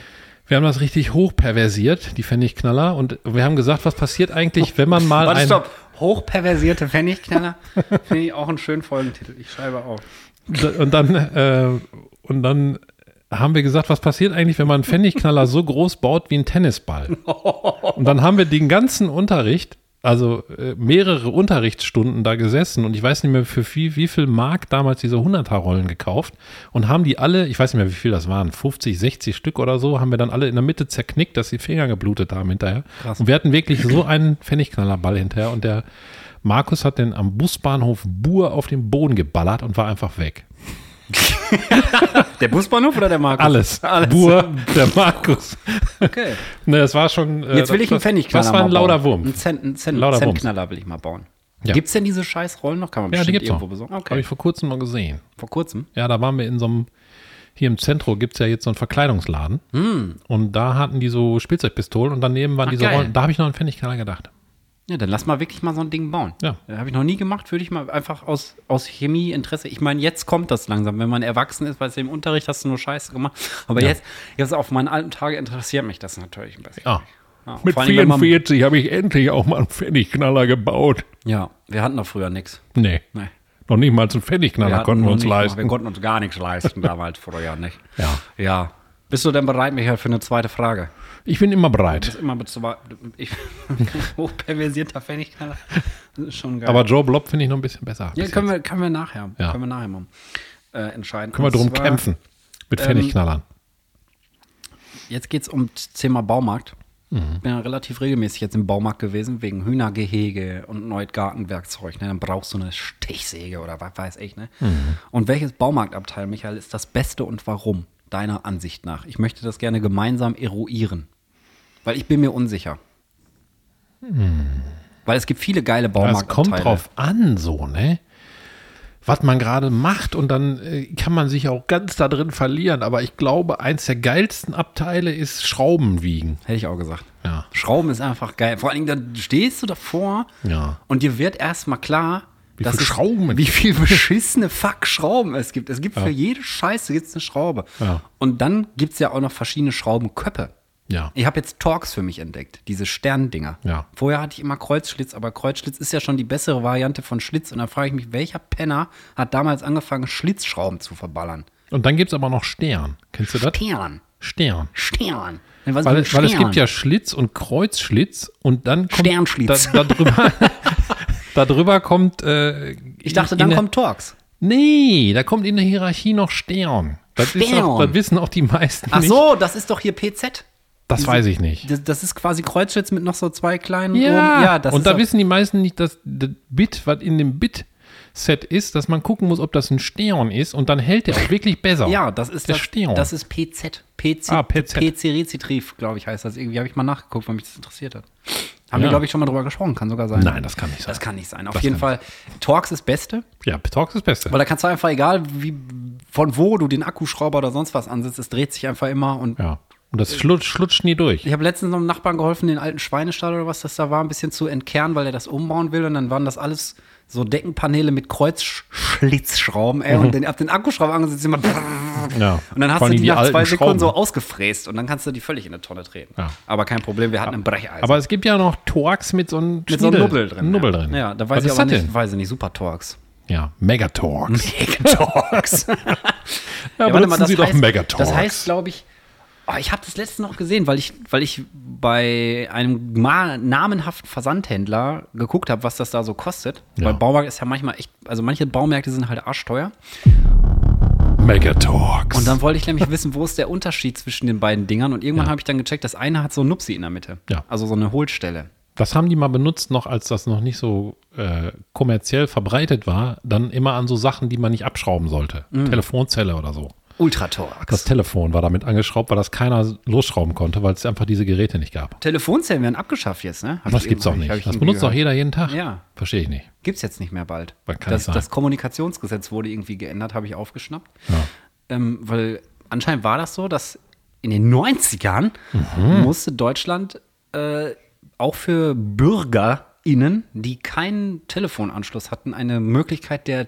Speaker 1: Wir haben das richtig hochperversiert, die Pfennigknaller, und wir haben gesagt, was passiert eigentlich, wenn man mal
Speaker 2: Warte,
Speaker 1: ein,
Speaker 2: stopp. Hochperversierte Pfennigknaller. Finde ich auch einen schönen Folgentitel. Ich schreibe auf.
Speaker 1: und dann äh, und dann haben wir gesagt, was passiert eigentlich, wenn man einen Pfennigknaller so groß baut wie einen Tennisball? Und dann haben wir den ganzen Unterricht, also äh, mehrere Unterrichtsstunden da gesessen und ich weiß nicht mehr für viel, wie viel Mark damals diese 100er Rollen gekauft und haben die alle, ich weiß nicht mehr wie viel das waren, 50, 60 Stück oder so, haben wir dann alle in der Mitte zerknickt, dass die Finger geblutet haben hinterher. Und wir hatten wirklich so einen Pfennigknallerball hinterher und der Markus hat den am Busbahnhof Buhr auf den Boden geballert und war einfach weg.
Speaker 2: Der Busbahnhof oder der Markus?
Speaker 1: Alles.
Speaker 2: Alles.
Speaker 1: Buhr, der Markus. <laughs>
Speaker 2: Okay.
Speaker 1: Ne, das war schon. äh,
Speaker 2: Jetzt will ich einen
Speaker 1: das-
Speaker 2: Pfennigknaller.
Speaker 1: Das war ein
Speaker 2: mal bauen.
Speaker 1: lauter Wurm.
Speaker 2: Ein Cent, ein Cent,
Speaker 1: Lauter Wurms.
Speaker 2: Centknaller will ich mal bauen.
Speaker 1: Ja.
Speaker 2: Gibt's denn diese scheiß Rollen noch? Kann man
Speaker 1: Ja, die
Speaker 2: bestimmt
Speaker 1: gibt's
Speaker 2: irgendwo
Speaker 1: noch.
Speaker 2: besorgen.
Speaker 1: Habe
Speaker 2: Okay.
Speaker 1: ich vor kurzem mal gesehen.
Speaker 2: Vor kurzem.
Speaker 1: Ja, da waren wir in so einem. Hier im Zentrum gibt es ja jetzt so einen Verkleidungsladen. Und da hatten die so Spielzeugpistolen und daneben waren
Speaker 2: Hm. Ach,
Speaker 1: diese
Speaker 2: geil.
Speaker 1: Rollen. Da habe ich noch an Pfennigknaller gedacht.
Speaker 2: Ja, dann lass mal wirklich mal so ein Ding bauen.
Speaker 1: Ja.
Speaker 2: Habe ich noch nie gemacht, würde ich mal einfach aus, aus Chemieinteresse. Ich meine, jetzt kommt das langsam, wenn man erwachsen ist, weil es im Unterricht hast du nur Scheiße gemacht. Aber jetzt, jetzt auf meinen alten Tage interessiert mich das natürlich ein bisschen.
Speaker 1: Ja.
Speaker 2: Ja, vor allem, wenn man-
Speaker 1: habe ich endlich auch mal einen Pfennigknaller gebaut.
Speaker 2: Ja, wir hatten doch früher nichts.
Speaker 1: Nee.
Speaker 2: Nee.
Speaker 1: Noch nicht mal einen Pfennigknaller
Speaker 2: hatten
Speaker 1: konnten wir
Speaker 2: noch
Speaker 1: uns
Speaker 2: nicht mal- Wir
Speaker 1: leisten.
Speaker 2: konnten uns gar nichts leisten damals früher nicht.
Speaker 1: <laughs> Ja.
Speaker 2: Ja. Bist du denn bereit, Michael, für eine zweite Frage?
Speaker 1: Ich bin immer bereit.
Speaker 2: Immer mit zwei, ich, <laughs> hochperversierter Pfennigknaller. Das ist schon geil.
Speaker 1: Aber Joe Blob finde ich noch ein bisschen besser.
Speaker 2: ja,
Speaker 1: Bis
Speaker 2: können wir, können wir nachher,
Speaker 1: Ja.
Speaker 2: können wir nachher mal äh, entscheiden.
Speaker 1: Können wir
Speaker 2: Und
Speaker 1: drum
Speaker 2: zwar-
Speaker 1: kämpfen.
Speaker 2: Ähm,
Speaker 1: Mit Pfennigknallern.
Speaker 2: Jetzt geht es um das Thema Baumarkt.
Speaker 1: Mhm.
Speaker 2: Ich bin ja relativ regelmäßig jetzt im Baumarkt gewesen, wegen Hühnergehege und neues Gartenwerkzeug. Ne? Dann brauchst du eine Stichsäge oder was weiß ich. Ne?
Speaker 1: Mhm.
Speaker 2: Und welches Baumarktabteil, Michael, ist das Beste und warum, deiner Ansicht nach? Ich möchte das gerne gemeinsam eruieren, weil ich bin mir unsicher. Weil es gibt viele geile
Speaker 1: Mhm. Ja, es
Speaker 2: Baumarktabteile.
Speaker 1: kommt drauf an, so, ne? Was man gerade macht und dann äh, kann man sich auch ganz da drin verlieren. Aber ich glaube, eins der geilsten Abteile ist Schraubenwiegen.
Speaker 2: Hätte ich auch gesagt.
Speaker 1: Ja.
Speaker 2: Schrauben ist einfach geil. Vor allen Dingen, dann stehst du davor
Speaker 1: Ja.
Speaker 2: und dir wird erstmal klar,
Speaker 1: Wie
Speaker 2: dass
Speaker 1: viel
Speaker 2: es-
Speaker 1: Schrauben?
Speaker 2: Wie viel beschissene Fuck-Schrauben es gibt. Es gibt für jede Scheiße gibt's eine Schraube.
Speaker 1: Ja.
Speaker 2: Und dann gibt es ja auch noch verschiedene Schraubenköpfe.
Speaker 1: Ja.
Speaker 2: Ich habe jetzt Torx für mich entdeckt, diese Sterndinger.
Speaker 1: Ja.
Speaker 2: Vorher hatte ich immer Kreuzschlitz, aber Kreuzschlitz ist ja schon die bessere Variante von Schlitz. Und dann frage ich mich, welcher Penner hat damals angefangen, Schlitzschrauben zu verballern?
Speaker 1: Und dann gibt es aber noch Stern. Kennst du das?
Speaker 2: Stern.
Speaker 1: Stern.
Speaker 2: Stern. Dann was
Speaker 1: Weil,
Speaker 2: mit
Speaker 1: weil es
Speaker 2: Also Stern?
Speaker 1: gibt ja Schlitz und Kreuzschlitz und dann kommt
Speaker 2: Sternschlitz.
Speaker 1: Da, da
Speaker 2: <laughs>
Speaker 1: drüber, da drüber kommt. Äh,
Speaker 2: Ich dachte, dann
Speaker 1: in,
Speaker 2: kommt Torx.
Speaker 1: Nee, da kommt in der Hierarchie noch Stern. Das, Ist
Speaker 2: Stern.
Speaker 1: auch, das wissen auch die meisten
Speaker 2: Ach
Speaker 1: nicht.
Speaker 2: so, das ist doch hier PZ.
Speaker 1: Das weiß ich nicht.
Speaker 2: Das, das ist quasi Kreuzschlitz mit noch so zwei kleinen
Speaker 1: Ja,
Speaker 2: Ohren. ja das
Speaker 1: und
Speaker 2: ist
Speaker 1: da
Speaker 2: doch-
Speaker 1: wissen die meisten nicht, dass das Bit, was in dem Bit-Set ist, dass man gucken muss, ob das ein Stern ist und dann hält der auch wirklich besser.
Speaker 2: Ja, das ist
Speaker 1: der
Speaker 2: das,
Speaker 1: Stern.
Speaker 2: das ist PZ. PC,
Speaker 1: Ah, PZ.
Speaker 2: PC-Rezitrief, glaube ich, heißt das. Irgendwie habe ich mal nachgeguckt, weil mich das interessiert hat. Haben
Speaker 1: Ja.
Speaker 2: wir, glaube ich, schon mal drüber gesprochen. Kann sogar sein.
Speaker 1: Nein, das kann nicht sein.
Speaker 2: Das kann nicht sein. Auf
Speaker 1: Das
Speaker 2: jeden
Speaker 1: kann
Speaker 2: Fall, Torx ist Beste,
Speaker 1: ja, Talks ist das Beste.
Speaker 2: weil da kannst du einfach, egal wie, von wo du den Akkuschrauber oder sonst was ansetzt, es dreht sich einfach immer und
Speaker 1: Ja. Und das schlutscht, schlutscht nie durch.
Speaker 2: ich habe letztens noch einem Nachbarn geholfen, den alten Schweinestall oder was das da war, ein bisschen zu entkernen, weil er das umbauen will. Und dann waren das alles so Deckenpaneele mit Kreuzschlitzschrauben, ey. Und den, ab den Akkuschrauber angesetzt, immer.
Speaker 1: Mhm. Ja.
Speaker 2: Und dann hast
Speaker 1: Vor allem
Speaker 2: du die,
Speaker 1: die
Speaker 2: nach zwei
Speaker 1: alten
Speaker 2: Sekunden so
Speaker 1: Schrauben.
Speaker 2: ausgefräst und dann kannst du die völlig in eine Tonne treten.
Speaker 1: Ja.
Speaker 2: Aber kein Problem, wir hatten einen Brecheisen.
Speaker 1: Aber es gibt ja noch Torx mit so einem
Speaker 2: mit so einem
Speaker 1: Schniedel-
Speaker 2: Nubbel drin.
Speaker 1: Nubbel
Speaker 2: ja.
Speaker 1: drin.
Speaker 2: Ja, da weiß
Speaker 1: Was
Speaker 2: ich
Speaker 1: ist
Speaker 2: aber
Speaker 1: das
Speaker 2: nicht,
Speaker 1: denn?
Speaker 2: weiß ich nicht, Super Torx.
Speaker 1: Ja, Megatorx.
Speaker 2: <laughs> Megatorx. ja,
Speaker 1: Ja,
Speaker 2: warte
Speaker 1: benutzen
Speaker 2: mal,
Speaker 1: Sie doch Megatorx.
Speaker 2: Das heißt, glaube ich, oh, ich habe das letzte noch gesehen, weil ich, weil ich bei einem ma- namenhaften Versandhändler geguckt habe, was das da so kostet.
Speaker 1: Ja.
Speaker 2: Weil Baumarkt ist ja manchmal echt, also manche Baumärkte sind halt arschteuer.
Speaker 1: Megatorx.
Speaker 2: Und dann wollte
Speaker 1: <laughs>
Speaker 2: ich nämlich wissen, wo ist der Unterschied zwischen den beiden Dingern. Und irgendwann habe ich dann gecheckt, das eine hat so einen Nupsi in der Mitte.
Speaker 1: Ja.
Speaker 2: Also so eine Hohlstelle.
Speaker 1: das haben die mal benutzt, noch als das noch nicht so äh, kommerziell verbreitet war, dann immer an so Sachen, die man nicht abschrauben sollte. Telefonzelle oder so. Mhm. Das
Speaker 2: Ultratorx.
Speaker 1: Telefon war damit angeschraubt, weil das keiner losschrauben konnte, weil es einfach diese Geräte nicht gab.
Speaker 2: Telefonzellen werden abgeschafft jetzt, ne? Hab
Speaker 1: Das
Speaker 2: ich
Speaker 1: gibt's doch
Speaker 2: irgendwie- hab ich
Speaker 1: nicht. Das
Speaker 2: irgendwie
Speaker 1: benutzt doch
Speaker 2: gehört.
Speaker 1: jeder jeden Tag.
Speaker 2: Ja.
Speaker 1: Verstehe ich nicht.
Speaker 2: Gibt's jetzt nicht mehr bald.
Speaker 1: Das kann
Speaker 2: das,
Speaker 1: nicht sein.
Speaker 2: das Kommunikationsgesetz wurde irgendwie geändert, habe ich aufgeschnappt. Ähm, weil anscheinend war das so, dass in den 90ern
Speaker 1: Mhm.
Speaker 2: musste Deutschland äh, auch für BürgerInnen, die keinen Telefonanschluss hatten, eine Möglichkeit der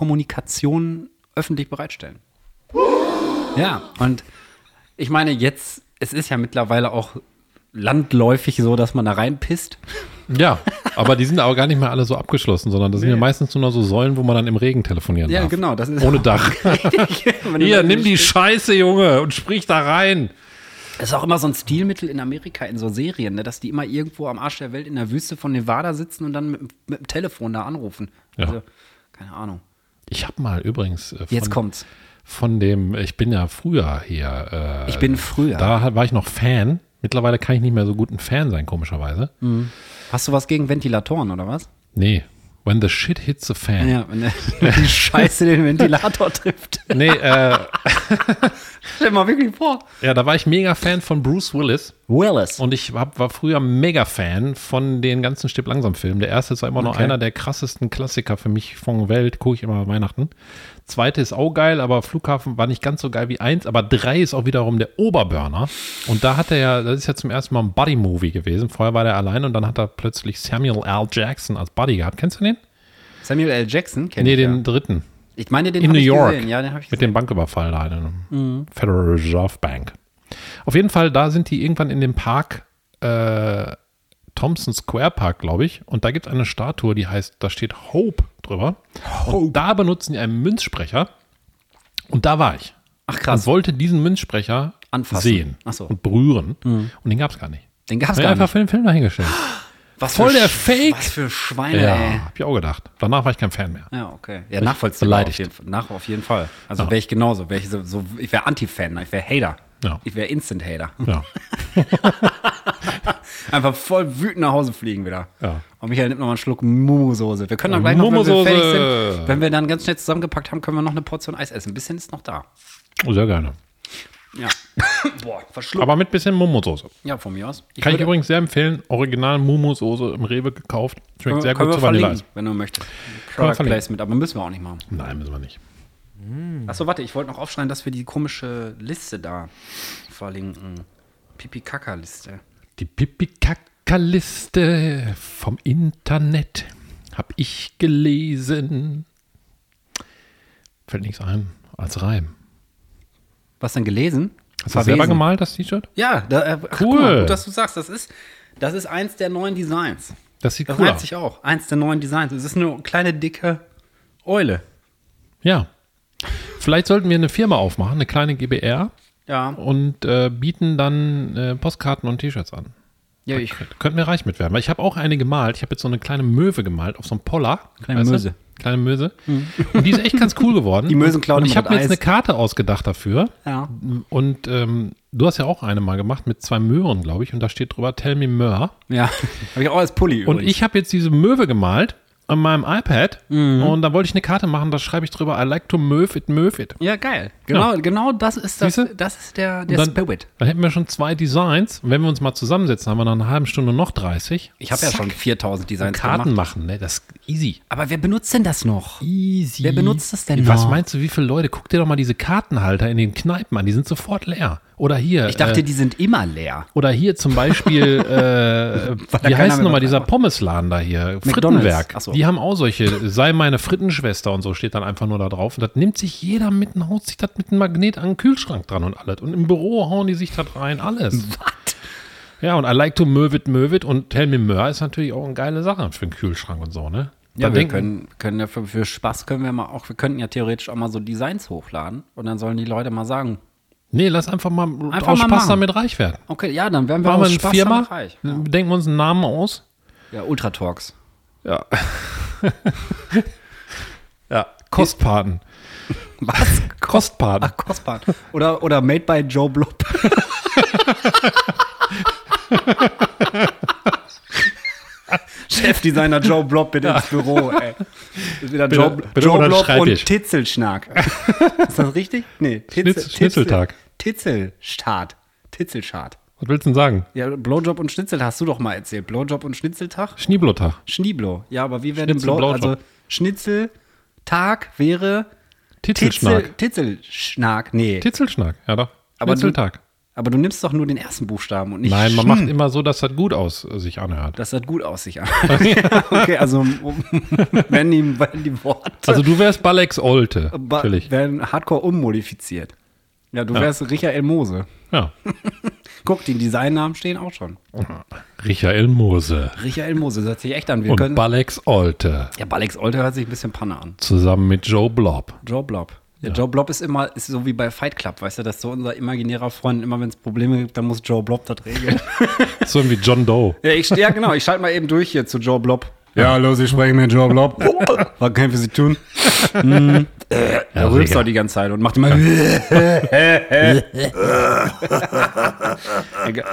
Speaker 2: Telekommunikation öffentlich bereitstellen. Ja, und ich meine, jetzt, es ist ja mittlerweile auch landläufig so, dass man da reinpisst. <laughs>
Speaker 1: <laughs> Ja, aber die sind auch gar nicht mehr alle so abgeschlossen, sondern das sind ja meistens nur noch so Säulen, wo man dann im Regen telefonieren
Speaker 2: Ja,
Speaker 1: darf.
Speaker 2: genau, das ist- Genau,
Speaker 1: Ohne
Speaker 2: <laughs>
Speaker 1: Dach.
Speaker 2: Wenn du
Speaker 1: Hier,
Speaker 2: dann
Speaker 1: nimm die Scheiße, Junge, und sprich da rein.
Speaker 2: Das ist auch immer so ein Stilmittel in Amerika, in so Serien, ne? dass die immer irgendwo am Arsch der Welt in der Wüste von Nevada sitzen und dann mit, mit dem Telefon da anrufen.
Speaker 1: Ja.
Speaker 2: Also, keine Ahnung.
Speaker 1: Ich habe mal übrigens äh, von,
Speaker 2: Jetzt kommt's.
Speaker 1: von dem, ich bin ja früher hier, äh,
Speaker 2: Ich bin früher.
Speaker 1: da hat- war ich noch Fan. Mittlerweile kann ich nicht mehr so gut ein Fan sein, komischerweise.
Speaker 2: Mhm. Hast du was gegen Ventilatoren oder was?
Speaker 1: Nee, when the shit hits the fan.
Speaker 2: Ja, <laughs> wenn der, wenn die Scheiße
Speaker 1: <laughs>
Speaker 2: den Ventilator trifft.
Speaker 1: Nee, äh,
Speaker 2: Stell dir mal wirklich vor.
Speaker 1: ja, da war ich mega Fan von Bruce Willis.
Speaker 2: Willis.
Speaker 1: Und ich hab, war früher mega Fan von den ganzen Stipp langsam Filmen. Der erste ist immer noch
Speaker 2: Okay.
Speaker 1: einer der krassesten Klassiker für mich von Welt, gucke ich immer Weihnachten. Zweite ist auch geil, aber Flughafen war nicht ganz so geil wie eins, aber drei ist auch wiederum der Oberburner. Und da hat er ja, das ist ja zum ersten Mal ein Buddy-Movie gewesen. Vorher war der allein und dann hat er plötzlich Samuel L. Jackson als Buddy gehabt. Kennst du den?
Speaker 2: Samuel L. Jackson kennt
Speaker 1: Nee,
Speaker 2: ich
Speaker 1: den
Speaker 2: ja.
Speaker 1: dritten.
Speaker 2: Ich meine, den
Speaker 1: In
Speaker 2: hab
Speaker 1: New
Speaker 2: ich
Speaker 1: York.
Speaker 2: gesehen. Ja, den habe
Speaker 1: mit
Speaker 2: ich gesehen. Mhm.
Speaker 1: dem Banküberfall da, in der Federal Reserve Bank. Auf jeden Fall, da sind die irgendwann in dem Park, äh, Thompson Square Park, glaube ich. Und da gibt es eine Statue, die heißt, da steht Hope drüber. Und da benutzen die einen Münzsprecher. Und da war ich.
Speaker 2: Ach
Speaker 1: Und
Speaker 2: krass,
Speaker 1: wollte diesen Münzsprecher
Speaker 2: Anfassen.
Speaker 1: sehen
Speaker 2: Ach so.
Speaker 1: und berühren. Und den gab es gar nicht.
Speaker 2: den gab's
Speaker 1: Hab ich
Speaker 2: gar
Speaker 1: einfach
Speaker 2: nicht. Ah,
Speaker 1: für den Film dahingestellt.
Speaker 2: Was
Speaker 1: voll
Speaker 2: für
Speaker 1: der
Speaker 2: Sch-
Speaker 1: Fake.
Speaker 2: Was für Schweine, ey.
Speaker 1: ja, hab ich auch gedacht. Danach war ich kein
Speaker 2: <laughs>
Speaker 1: Fan mehr.
Speaker 2: Ja, okay. Ja, nachvollziehbar.
Speaker 1: beleidigt.
Speaker 2: Auf jeden, Fall. nach, auf jeden Fall. Also wäre ich genauso. Wär ich so, so, ich wäre Anti-Fan, ich wäre Hater.
Speaker 1: Ja.
Speaker 2: Ich wäre Instant-Hater.
Speaker 1: Ja.
Speaker 2: <laughs> Einfach voll wütend nach Hause fliegen wieder.
Speaker 1: Ja.
Speaker 2: Und Michael nimmt nochmal einen Schluck Momo-Soße. Wir können dann gleich noch, wenn wir
Speaker 1: Momo-Soße.
Speaker 2: fertig sind, wenn wir dann ganz schnell zusammengepackt haben, können wir noch eine Portion Eis essen. Ein bisschen ist noch da.
Speaker 1: Sehr gerne. <laughs>
Speaker 2: Ja. Boah, verschluckt.
Speaker 1: Aber mit bisschen Mummosoße.
Speaker 2: Ja, von mir aus.
Speaker 1: Kann ich
Speaker 2: würde-
Speaker 1: übrigens sehr empfehlen. Original Mumu-Soße im Rewe gekauft. Schmeckt sehr
Speaker 2: Äh, können
Speaker 1: gut
Speaker 2: wir
Speaker 1: zu Vanilleeis.
Speaker 2: verlinken, wenn du möchtest.
Speaker 1: wir
Speaker 2: Product
Speaker 1: verlinken.
Speaker 2: Placement, aber müssen wir auch nicht machen.
Speaker 1: Nein, müssen wir nicht.
Speaker 2: Achso, warte, ich wollte noch aufschreiben, dass wir die komische Liste da verlinken. Pipi-Kaka-Liste.
Speaker 1: Die Pipi-Kaka-Liste vom Internet. Hab ich gelesen. Fällt nichts ein als Reim.
Speaker 2: Was denn gelesen?
Speaker 1: Hast du das selber
Speaker 2: Verwesen.
Speaker 1: gemalt, das T-Shirt?
Speaker 2: Ja, da, äh, ach, guck
Speaker 1: Cool.
Speaker 2: mal, gut, dass du sagst, das ist, das ist eins der neuen Designs.
Speaker 1: Das sieht
Speaker 2: Das
Speaker 1: cool
Speaker 2: reimt
Speaker 1: aus.
Speaker 2: sich auch. Eins der neuen Designs. Es ist eine kleine, dicke Eule.
Speaker 1: Ja. Vielleicht sollten wir eine Firma aufmachen, eine kleine GBR
Speaker 2: Ja,
Speaker 1: und äh, bieten dann äh, Postkarten und T-Shirts an.
Speaker 2: ja ich,
Speaker 1: Könnt- Könnten wir reich mit werden. Weil ich habe auch eine gemalt. Ich habe jetzt so eine kleine Möwe gemalt auf so einem Poller.
Speaker 2: Kleine
Speaker 1: du?
Speaker 2: Möse. Mhm.
Speaker 1: Kleine Möse. Und die ist echt ganz cool geworden.
Speaker 2: <laughs> Die Mösen klauen
Speaker 1: Und ich
Speaker 2: immer
Speaker 1: habe
Speaker 2: das
Speaker 1: mir jetzt eine
Speaker 2: Eis.
Speaker 1: Karte ausgedacht dafür.
Speaker 2: ja.
Speaker 1: Und ähm, du hast ja auch eine mal gemacht mit zwei Möhren, glaube ich. Und da steht drüber Tell me Möhr.
Speaker 2: ja. <laughs> Habe ich auch als Pulli
Speaker 1: Und
Speaker 2: übrigens.
Speaker 1: ich habe jetzt diese Möwe gemalt an meinem iPad.
Speaker 2: Mhm.
Speaker 1: Und da wollte ich eine Karte machen. Da schreibe ich drüber I like to möw it, möw it.
Speaker 2: Ja, geil. Genau, genau das ist das,
Speaker 1: Siehste?
Speaker 2: das ist der, der
Speaker 1: dann,
Speaker 2: Spirit.
Speaker 1: dann hätten wir schon zwei Designs. Und wenn wir uns mal zusammensetzen, haben wir nach einer halben Stunde noch 30.
Speaker 2: Ich habe ja schon 4000 Designs
Speaker 1: Karten
Speaker 2: gemacht.
Speaker 1: machen, ne? Das ist easy.
Speaker 2: Aber wer benutzt denn das noch?
Speaker 1: Easy.
Speaker 2: Wer benutzt das denn
Speaker 1: Was
Speaker 2: noch?
Speaker 1: meinst du, wie viele Leute? Guck dir doch mal diese Kartenhalter in den Kneipen an, die sind sofort leer. Oder hier.
Speaker 2: Ich dachte,
Speaker 1: äh,
Speaker 2: die sind immer leer.
Speaker 1: oder hier zum
Speaker 2: <laughs>
Speaker 1: Beispiel, äh, wie
Speaker 2: keiner
Speaker 1: heißt
Speaker 2: mehr
Speaker 1: nochmal
Speaker 2: was
Speaker 1: dieser
Speaker 2: macht.
Speaker 1: Pommesladen da hier?
Speaker 2: Ach
Speaker 1: Frittenwerk.
Speaker 2: so.
Speaker 1: Die haben auch solche, sei meine Frittenschwester und so steht dann einfach nur da drauf. Und das nimmt sich jeder mit und haut sich das mit einem Magnet an den Kühlschrank dran und alles. Und im Büro hauen die sich das rein, alles.
Speaker 2: Was?
Speaker 1: Ja, und I like to move it, move it und Tell me Mör ist natürlich auch eine geile Sache für den Kühlschrank und so, ne?
Speaker 2: Ja,
Speaker 1: Da
Speaker 2: wir
Speaker 1: denken-
Speaker 2: können, können ja für, für Spaß können wir mal auch, wir könnten ja theoretisch auch mal so Designs hochladen und dann sollen die Leute mal sagen,
Speaker 1: Nee, lass einfach mal
Speaker 2: Einfach
Speaker 1: aus
Speaker 2: mal
Speaker 1: Spaß
Speaker 2: machen.
Speaker 1: damit reich werden.
Speaker 2: okay, ja, dann werden wir
Speaker 1: Machen wir
Speaker 2: aus
Speaker 1: eine
Speaker 2: Spaß
Speaker 1: Firma,
Speaker 2: damit reich.
Speaker 1: denken wir uns einen Namen aus.
Speaker 2: Ja,
Speaker 1: <laughs>
Speaker 2: Ultra Talks.
Speaker 1: Ja. ja, Kostpaten.
Speaker 2: Was?
Speaker 1: Kostpaten.
Speaker 2: Ach, kostbar. Oder, oder Made by Joe Blob. <laughs> Chefdesigner Joe Blob bitte ins Büro, ey. Ist wieder Joe,
Speaker 1: Bitte- bitte unter den
Speaker 2: Joe Blob
Speaker 1: Schreibtisch. <laughs>
Speaker 2: und Titzelschnack. Ist das richtig? Nee, Titzel,
Speaker 1: Schnitz- Schnitzeltag.
Speaker 2: Titzel, Titzelstart. Titzelstart.
Speaker 1: Was willst du denn sagen?
Speaker 2: Ja, Blowjob und Schnitzel hast du doch mal erzählt. Blowjob und Schnitzeltag?
Speaker 1: Schnieblotag.
Speaker 2: Schniblo. Ja, aber wie wäre denn
Speaker 1: Schnitzel,
Speaker 2: Blow,
Speaker 1: Blowjob.
Speaker 2: also Schnitzeltag wäre
Speaker 1: Titzelschnack.
Speaker 2: Titzel, Titzelschnack. Nee.
Speaker 1: Titzelschnack, ja doch.
Speaker 2: Aber du-
Speaker 1: Titzeltag.
Speaker 2: Aber du nimmst doch nur den ersten Buchstaben und nicht
Speaker 1: Nein, man
Speaker 2: Schn,
Speaker 1: macht immer so, dass das gut aus äh, sich anhört.
Speaker 2: dass Hm. das gut aus
Speaker 1: <laughs>
Speaker 2: sich an. okay, also <laughs> um- werden die, werden die Worte
Speaker 1: Also du wärst Balex Olte,
Speaker 2: ba-
Speaker 1: natürlich.
Speaker 2: werden hardcore ummodifiziert. Ja, du wärst Michael Mose. <laughs>
Speaker 1: Ja.
Speaker 2: Guck, die Designnamen stehen auch schon.
Speaker 1: Michael Mose
Speaker 2: Michael Mose, das hört sich echt an. Wir
Speaker 1: und
Speaker 2: können,
Speaker 1: Balex Olte
Speaker 2: ja, Balex Olte hört sich ein bisschen Panne an.
Speaker 1: zusammen mit Joe Blob.
Speaker 2: Joe Blob. Ja, Joe Blob ist immer, ist so wie bei Fight Club, weißt du, das ist so unser imaginärer Freund. Immer wenn es Probleme gibt, dann muss Joe Blob das regeln.
Speaker 1: So wie John Doe.
Speaker 2: Ja, ich, ja genau, ich schalte mal eben durch hier zu Joe Blob. Ja, hallo, Sie sprechen mit Joe Blob. Was kann ich für Sie <laughs> tun? Hm.
Speaker 1: Ja,
Speaker 2: Er rülpst
Speaker 1: sicher.
Speaker 2: doch die ganze Zeit und macht <laughs> immer.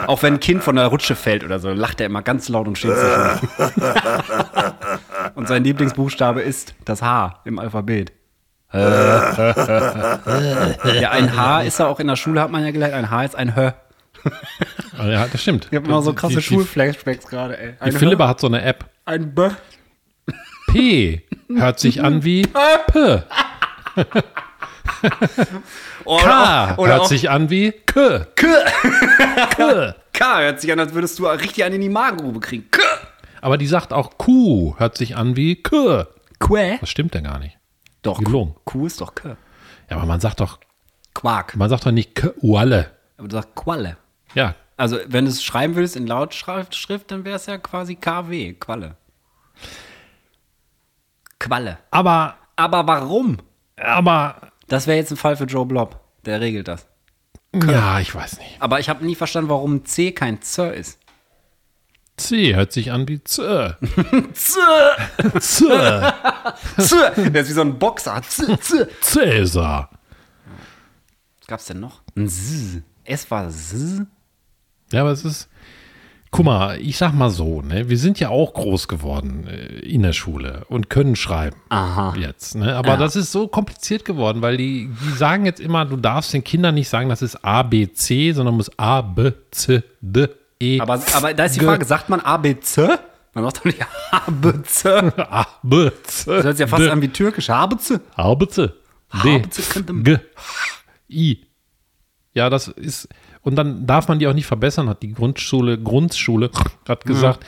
Speaker 2: auch wenn ein Kind von der Rutsche fällt oder so, lacht er immer ganz laut und schämt sich. <laughs> und sein Lieblingsbuchstabe ist das H im <laughs> Alphabet. ja, ein H ist ja auch in der Schule, hat man ja gelernt. Ein H ist ein Hö.
Speaker 1: ja, das stimmt.
Speaker 2: Ich habe immer so krasse ne?
Speaker 1: die, die,
Speaker 2: Schulflashbacks gerade, ey.
Speaker 1: die
Speaker 2: Ein
Speaker 1: Philippa hat so eine App.
Speaker 2: Hö, ein Bö.
Speaker 1: P hört sich an
Speaker 2: <laughs>
Speaker 1: wie
Speaker 2: Ah,
Speaker 1: P. K
Speaker 2: oder
Speaker 1: hört
Speaker 2: auch
Speaker 1: sich an wie K.
Speaker 2: K hört sich an, als würdest du richtig an in die Magengrube kriegen. K.
Speaker 1: Aber die sagt auch Q hört sich an wie K.
Speaker 2: Quä.
Speaker 1: Das stimmt ja gar nicht.
Speaker 2: Doch,
Speaker 1: Gelungen.
Speaker 2: Q ist doch K.
Speaker 1: Ja, aber man sagt doch,
Speaker 2: Quark.
Speaker 1: man sagt doch nicht K Ualle.
Speaker 2: Aber du sagst Qualle.
Speaker 1: Ja.
Speaker 2: Also, wenn du es schreiben würdest in Lautschrift, dann wäre es ja quasi KW, Qualle. Qualle.
Speaker 1: Aber,
Speaker 2: Aber warum?
Speaker 1: aber,
Speaker 2: Das wäre jetzt ein Fall für Joe Blob. Der regelt das.
Speaker 1: ja, ich weiß nicht.
Speaker 2: Aber ich habe nie verstanden, warum C kein Z ist.
Speaker 1: C hört sich an wie Z.
Speaker 2: <laughs> Z,
Speaker 1: Z.
Speaker 2: Z. <laughs> Der ist wie so ein Boxer. Z, Z.
Speaker 1: Cäsar.
Speaker 2: Was gab's denn noch? Ein Z. Es war Z.
Speaker 1: Ja, aber es ist. Guck mal, ich sag mal so, ne, wir sind ja auch groß geworden äh, in der Schule und können schreiben.
Speaker 2: Aha.
Speaker 1: Jetzt, ne? Aber das ist so kompliziert geworden, weil die, die sagen jetzt immer, du darfst den Kindern nicht sagen, das ist A, B, C, sondern muss A, B, C, D, E.
Speaker 2: Aber, aber da ist die
Speaker 1: G,
Speaker 2: Frage, sagt man A, B, Z? Man sagt doch nicht A, B, Z.
Speaker 1: A, B, C.
Speaker 2: Das hört sich ja fast an wie türkisch. A, B, Z.
Speaker 1: A, B, C. D,
Speaker 2: Habeze könnte-
Speaker 1: G, I, Ja, das ist. Und dann darf man die auch nicht verbessern, hat die Grundschule, Grundschule hat gesagt.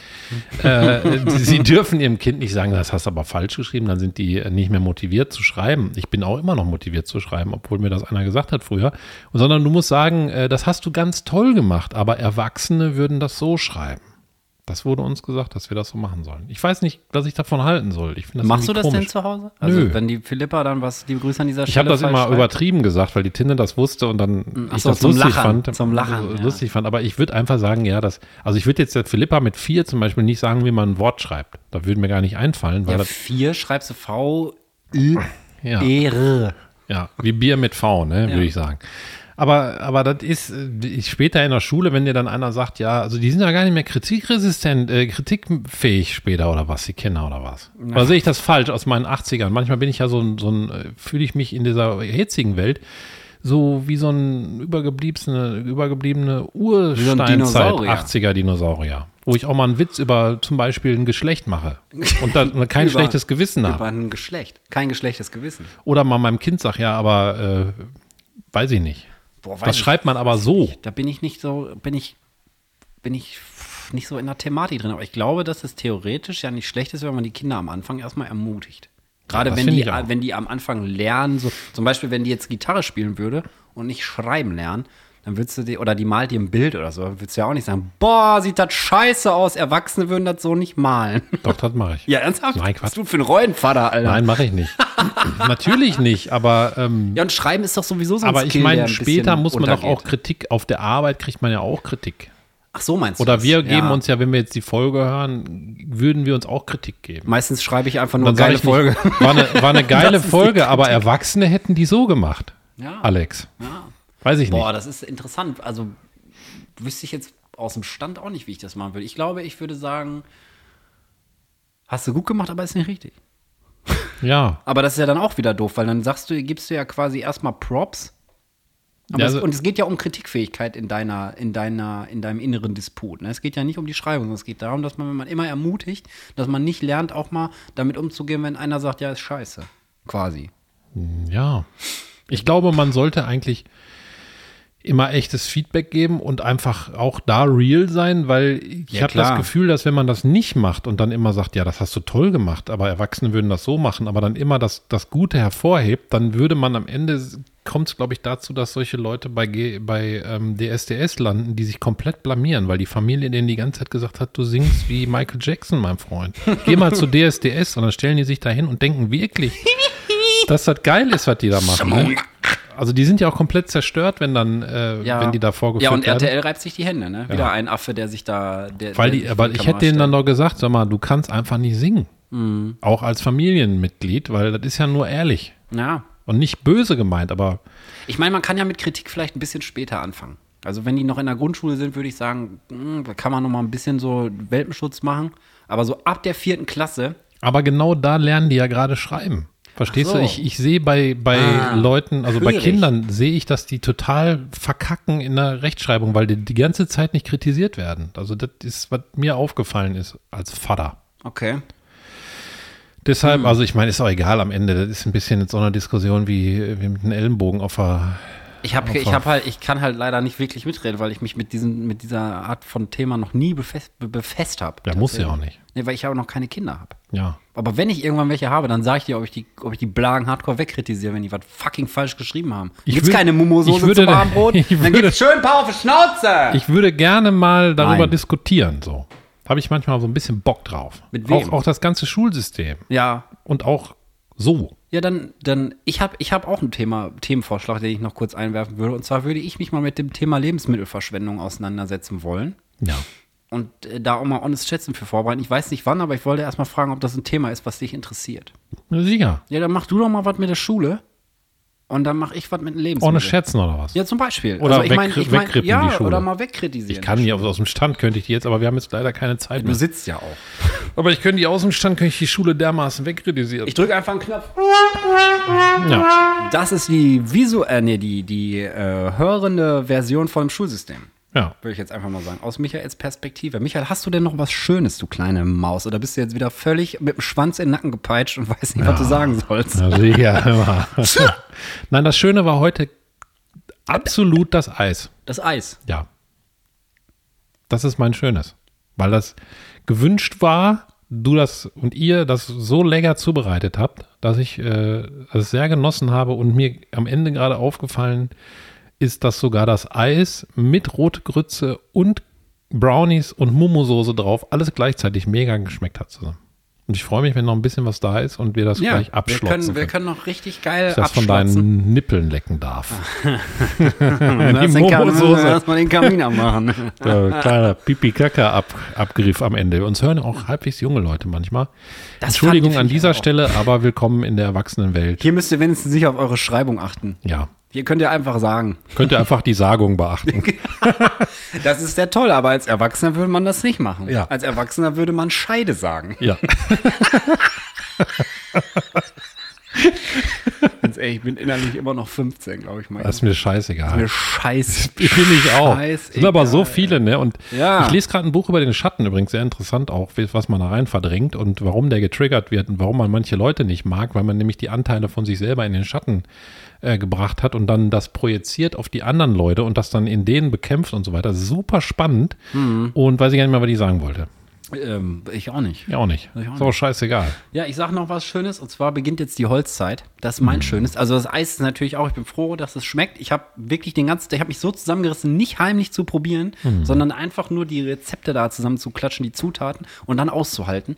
Speaker 1: Äh, die- sie dürfen ihrem Kind nicht sagen, das hast du aber falsch geschrieben, dann sind die äh, nicht mehr motiviert zu schreiben. Ich bin auch immer noch motiviert zu schreiben, obwohl mir das einer gesagt hat früher. Und, sondern du musst sagen, äh, das hast du ganz toll gemacht, aber Erwachsene würden das so schreiben. Das wurde uns gesagt, dass wir das so machen sollen. Ich weiß nicht, was ich davon halten soll. Ich find das
Speaker 2: Machst du
Speaker 1: irgendwie
Speaker 2: das
Speaker 1: komisch.
Speaker 2: denn zu Hause? Also
Speaker 1: Nö.
Speaker 2: wenn die Philippa dann was, die Grüße an dieser Stelle
Speaker 1: Ich habe das
Speaker 2: falsch
Speaker 1: immer
Speaker 2: schreibt.
Speaker 1: übertrieben gesagt, weil die Tinte das wusste und dann
Speaker 2: ach
Speaker 1: ich
Speaker 2: so,
Speaker 1: das
Speaker 2: zum
Speaker 1: lustig
Speaker 2: Lachen,
Speaker 1: fand.
Speaker 2: zum Lachen,
Speaker 1: so
Speaker 2: ja.
Speaker 1: Lustig fand. Aber ich würde einfach sagen, ja, das. Also ich würde jetzt der Philippa mit vier zum Beispiel nicht sagen, wie man ein Wort schreibt. Da würde mir gar nicht einfallen, weil
Speaker 2: Ja,
Speaker 1: das
Speaker 2: vier schreibst du V I
Speaker 1: ja,
Speaker 2: E R.
Speaker 1: ja, wie Bier mit V, ne, würde ich sagen. Aber, aber das ist äh, ich- später in der Schule, wenn dir dann einer sagt, ja, also die sind ja gar nicht mehr kritikresistent, äh, kritikfähig später oder was, die Kinder oder was. Oder sehe ich das falsch aus meinen 80ern? Manchmal bin ich ja so ein, so ein äh, fühle ich mich in dieser hitzigen Welt so wie so ein übergebliebene, übergebliebene Ursteinzeit
Speaker 2: Dinosaurier.
Speaker 1: 80er Dinosaurier. Wo ich auch mal einen Witz über zum Beispiel ein Geschlecht mache
Speaker 2: <laughs>
Speaker 1: und dann kein
Speaker 2: Über-
Speaker 1: schlechtes Gewissen habe
Speaker 2: Über ein Geschlecht. Kein geschlechtes Gewissen.
Speaker 1: oder mal meinem Kind sag, ja, aber äh, weiß ich nicht.
Speaker 2: Boah, weiß
Speaker 1: das
Speaker 2: ich-
Speaker 1: schreibt man aber so.
Speaker 2: Da bin ich nicht so, bin ich, bin ich nicht so in der Thematik drin. Aber ich glaube, dass es theoretisch ja nicht schlecht ist, wenn man die Kinder am Anfang erstmal ermutigt. Gerade
Speaker 1: das
Speaker 2: wenn,
Speaker 1: finde
Speaker 2: die,
Speaker 1: ich auch.
Speaker 2: wenn die am Anfang lernen, so, zum Beispiel, wenn die jetzt Gitarre spielen würde und nicht schreiben lernen, dann würdest du dir, oder die malt dir ein Bild oder so, dann würdest du ja auch nicht sagen, boah, sieht das scheiße aus, Erwachsene würden das so nicht malen. <laughs>
Speaker 1: Doch, das mache ich.
Speaker 2: Ja, ernsthaft?
Speaker 1: Nein,
Speaker 2: Was
Speaker 1: Quatsch.
Speaker 2: du für ein Rollenvater, Alter.
Speaker 1: Nein, mache ich
Speaker 2: <laughs>
Speaker 1: nicht. Natürlich nicht, aber, ähm,
Speaker 2: Ja, und schreiben ist doch sowieso so ein
Speaker 1: aber ich
Speaker 2: Skill, der
Speaker 1: meine,
Speaker 2: ein
Speaker 1: später
Speaker 2: bisschen
Speaker 1: muss man doch auch
Speaker 2: untergeht.
Speaker 1: Kritik, auf der Arbeit kriegt man ja auch Kritik.
Speaker 2: Ach so, meinst du?
Speaker 1: Oder
Speaker 2: das?
Speaker 1: wir geben
Speaker 2: ja.
Speaker 1: uns ja, wenn wir jetzt die Folge hören, würden wir uns auch Kritik geben.
Speaker 2: Meistens schreibe ich einfach nur
Speaker 1: Dann
Speaker 2: eine
Speaker 1: sag
Speaker 2: geile
Speaker 1: ich nicht,
Speaker 2: Folge.
Speaker 1: War eine, war eine geile
Speaker 2: <laughs> Das ist die
Speaker 1: Folge, aber Erwachsene hätten die so gemacht.
Speaker 2: Ja.
Speaker 1: Alex.
Speaker 2: Ja.
Speaker 1: Weiß ich nicht.
Speaker 2: Boah, das ist interessant. Also wüsste ich jetzt aus dem Stand auch nicht, wie ich das machen würde. Ich glaube, ich würde sagen, hast du gut gemacht, aber ist nicht richtig.
Speaker 1: ja.
Speaker 2: Aber das ist ja dann auch wieder doof, weil dann sagst du, gibst du ja quasi erstmal Props. Aber
Speaker 1: Ja,
Speaker 2: es,
Speaker 1: also-
Speaker 2: und es geht ja um Kritikfähigkeit in deiner, in deiner, in deinem inneren Disput. Ne? Es geht ja nicht um die Schreibung, sondern es geht darum, dass man, wenn man immer ermutigt, dass man nicht lernt, auch mal damit umzugehen, wenn einer sagt, ja, ist scheiße. Quasi.
Speaker 1: Ja. Ich glaube, man sollte eigentlich immer echtes Feedback geben und einfach auch da real sein, weil ich
Speaker 2: Ja,
Speaker 1: habe das
Speaker 2: klar.
Speaker 1: Gefühl, dass wenn man das nicht macht und dann immer sagt, ja, das hast du toll gemacht, aber Erwachsene würden das so machen, aber dann immer das, das Gute hervorhebt, dann würde man am Ende, kommt es, glaube ich, dazu, dass solche Leute bei, G- bei ähm, DSDS landen, die sich komplett blamieren, weil die Familie denen die ganze Zeit gesagt hat, du singst wie Michael Jackson, mein Freund. Geh mal zu DSDS und dann stellen die sich dahin und denken wirklich, dass das geil ist, was die da machen. Ne? Also die sind ja auch komplett zerstört, wenn dann, äh, wenn die da vorgeführt
Speaker 2: Ja, und
Speaker 1: werden.
Speaker 2: RTL reibt sich die Hände, ne? Wieder ein Affe, der sich da. Der,
Speaker 1: Weil,
Speaker 2: der
Speaker 1: die,
Speaker 2: sich vor
Speaker 1: weil
Speaker 2: die
Speaker 1: ich
Speaker 2: Kamera
Speaker 1: hätte denen
Speaker 2: stellt.
Speaker 1: dann doch gesagt, sag mal, du kannst einfach nicht singen.
Speaker 2: Mhm.
Speaker 1: Auch als Familienmitglied, weil das ist ja nur ehrlich
Speaker 2: Ja.
Speaker 1: und nicht böse gemeint, aber
Speaker 2: Ich meine, man kann ja mit Kritik vielleicht ein bisschen später anfangen. Also, wenn die noch in der Grundschule sind, würde ich sagen, hm, da kann man noch mal ein bisschen so Welpenschutz machen. Aber so ab der vierten Klasse,
Speaker 1: aber genau da lernen die ja gerade schreiben. Verstehst
Speaker 2: Ach so.
Speaker 1: du? Ich, ich sehe bei, bei
Speaker 2: Ah,
Speaker 1: Leuten, also bei
Speaker 2: schwierig.
Speaker 1: Kindern sehe ich, dass die total verkacken in der Rechtschreibung, weil die die ganze Zeit nicht kritisiert werden. Also das ist, was mir aufgefallen ist als Vater.
Speaker 2: okay.
Speaker 1: Deshalb, also ich meine, ist auch egal am Ende. Das ist ein bisschen so eine Diskussion wie, wie mit einem Ellenbogen auf der.
Speaker 2: Ich habe ich hab halt, ich kann halt leider nicht wirklich mitreden, weil ich mich mit, diesen, mit dieser Art von Thema noch nie befest, be- befasst habe.
Speaker 1: Ja, muss ja auch nicht.
Speaker 2: Nee, weil ich ja auch noch keine Kinder habe.
Speaker 1: Ja.
Speaker 2: Aber wenn ich irgendwann welche habe, dann sage ich dir, ob ich die, ob ich die Blagen hardcore wegkritisiere, wenn die was fucking falsch geschrieben haben.
Speaker 1: Ich
Speaker 2: Gibt's
Speaker 1: würd-
Speaker 2: keine
Speaker 1: ich
Speaker 2: Mumosauce
Speaker 1: würde-
Speaker 2: zum
Speaker 1: <laughs>
Speaker 2: Abendbrot?
Speaker 1: ich
Speaker 2: Dann
Speaker 1: würde-
Speaker 2: gibt's schön ein paar auf die Schnauze!
Speaker 1: Ich würde gerne mal darüber
Speaker 2: Nein.
Speaker 1: diskutieren. So habe ich manchmal so ein bisschen Bock drauf.
Speaker 2: Mit wem?
Speaker 1: Auch, auch das ganze Schulsystem
Speaker 2: ja,
Speaker 1: und auch so.
Speaker 2: ja, dann, dann, ich habe ich hab auch ein Thema, Themenvorschlag, den ich noch kurz einwerfen würde. Und zwar würde ich mich mal mit dem Thema Lebensmittelverschwendung auseinandersetzen wollen.
Speaker 1: Ja.
Speaker 2: Und äh, da auch mal honest schätzen für vorbereiten. Ich weiß nicht wann, aber ich wollte erst mal fragen, ob das ein Thema ist, was dich interessiert.
Speaker 1: Sicher.
Speaker 2: Ja, dann mach du doch mal was mit der Schule. Und dann mach ich was mit dem Lebensmittel.
Speaker 1: Ohne Schätzen oder was?
Speaker 2: Ja, zum Beispiel. Also
Speaker 1: Oder
Speaker 2: ich mein-
Speaker 1: wegkri-
Speaker 2: ich mein-
Speaker 1: wegkrippen
Speaker 2: ja,
Speaker 1: die Schule.
Speaker 2: Oder mal wegkritisieren.
Speaker 1: Ich kann die aus, aus dem Stand könnte ich die jetzt, aber wir haben jetzt leider keine Zeit
Speaker 2: Du
Speaker 1: mehr.
Speaker 2: sitzt ja auch.
Speaker 1: Aber ich könnte die aus dem Stand könnte ich die Schule dermaßen wegkritisieren.
Speaker 2: Ich drücke einfach einen Knopf.
Speaker 1: ja.
Speaker 2: Das ist die visu äh, nee, die, die äh, hörende Version von dem Schulsystem.
Speaker 1: ja.
Speaker 2: Würde ich jetzt einfach mal sagen. Aus Michaels Perspektive. Michael, hast du denn noch was Schönes, du kleine Maus? Oder bist du jetzt wieder völlig mit dem Schwanz in den Nacken gepeitscht und <laughs> weißt nicht, was du sagen
Speaker 1: <laughs>
Speaker 2: sollst?
Speaker 1: Ja, sicher. Nein, das Schöne war heute absolut das Eis.
Speaker 2: Das Eis.
Speaker 1: Ja. Das ist mein Schönes. Weil das gewünscht war, du das und ihr das so lecker zubereitet habt, dass ich äh, das sehr genossen habe und mir am Ende gerade aufgefallen ist, dass sogar das Eis mit Rotgrütze und Brownies und Mumusoße drauf alles gleichzeitig mega geschmeckt hat zusammen. Und ich freue mich, wenn noch ein bisschen was da ist und wir das gleich
Speaker 2: wir
Speaker 1: abschlotzen
Speaker 2: können,
Speaker 1: können.
Speaker 2: wir können noch richtig geil
Speaker 1: dass ich das von <laughs>
Speaker 2: abschlotzen.
Speaker 1: deinen Nippeln lecken
Speaker 2: <laughs>
Speaker 1: darf. <laughs>
Speaker 2: Lass
Speaker 1: die
Speaker 2: den Kamin-
Speaker 1: Momo-Soße.
Speaker 2: Lass mal den Kamin
Speaker 1: <laughs>
Speaker 2: anmachen. <laughs>
Speaker 1: äh, kleiner Pipi-Kaka-Abgriff am Ende. Uns hören auch halbwegs junge Leute manchmal.
Speaker 2: Das
Speaker 1: Entschuldigung
Speaker 2: fand ich
Speaker 1: an dieser
Speaker 2: auch.
Speaker 1: Stelle, aber willkommen in der Erwachsenenwelt.
Speaker 2: Hier müsst ihr wenigstens nicht auf eure Schreibung achten.
Speaker 1: Ja,
Speaker 2: Hier könnt ihr einfach sagen.
Speaker 1: könnt ihr einfach die Sagung
Speaker 2: <laughs>
Speaker 1: beachten.
Speaker 2: Das ist sehr toll, aber als Erwachsener würde man das nicht machen.
Speaker 1: Ja.
Speaker 2: Als Erwachsener würde man Scheide sagen.
Speaker 1: Ja,
Speaker 2: Ganz ehrlich, ich bin innerlich immer noch 15, glaube ich mal.
Speaker 1: das ist mir scheißegal.
Speaker 2: mir scheiße.
Speaker 1: Ich bin ich auch. Es sind
Speaker 2: Scheißegal.
Speaker 1: aber so viele, ne? Und
Speaker 2: Ja.
Speaker 1: ich lese gerade ein Buch über den Schatten, übrigens sehr interessant auch, was man da rein verdrängt und warum der getriggert wird und warum man manche Leute nicht mag, weil man nämlich die Anteile von sich selber in den Schatten äh, gebracht hat und dann das projiziert auf die anderen Leute und das dann in denen bekämpft und so weiter. Super spannend.
Speaker 2: Mhm.
Speaker 1: Und weiß ich gar nicht mehr, was ich sagen wollte.
Speaker 2: Ähm, ich auch nicht.
Speaker 1: Ja, auch nicht.
Speaker 2: auch
Speaker 1: Ist auch scheißegal.
Speaker 2: Ja, ich sag noch was Schönes und zwar beginnt jetzt die Holzzeit. Das ist mein Schönes. Also das Eis ist natürlich auch, ich bin froh, dass es schmeckt. Ich habe wirklich den ganzen, ich habe mich so zusammengerissen, nicht heimlich zu probieren, sondern einfach nur die Rezepte da zusammen zu klatschen, die Zutaten und dann auszuhalten.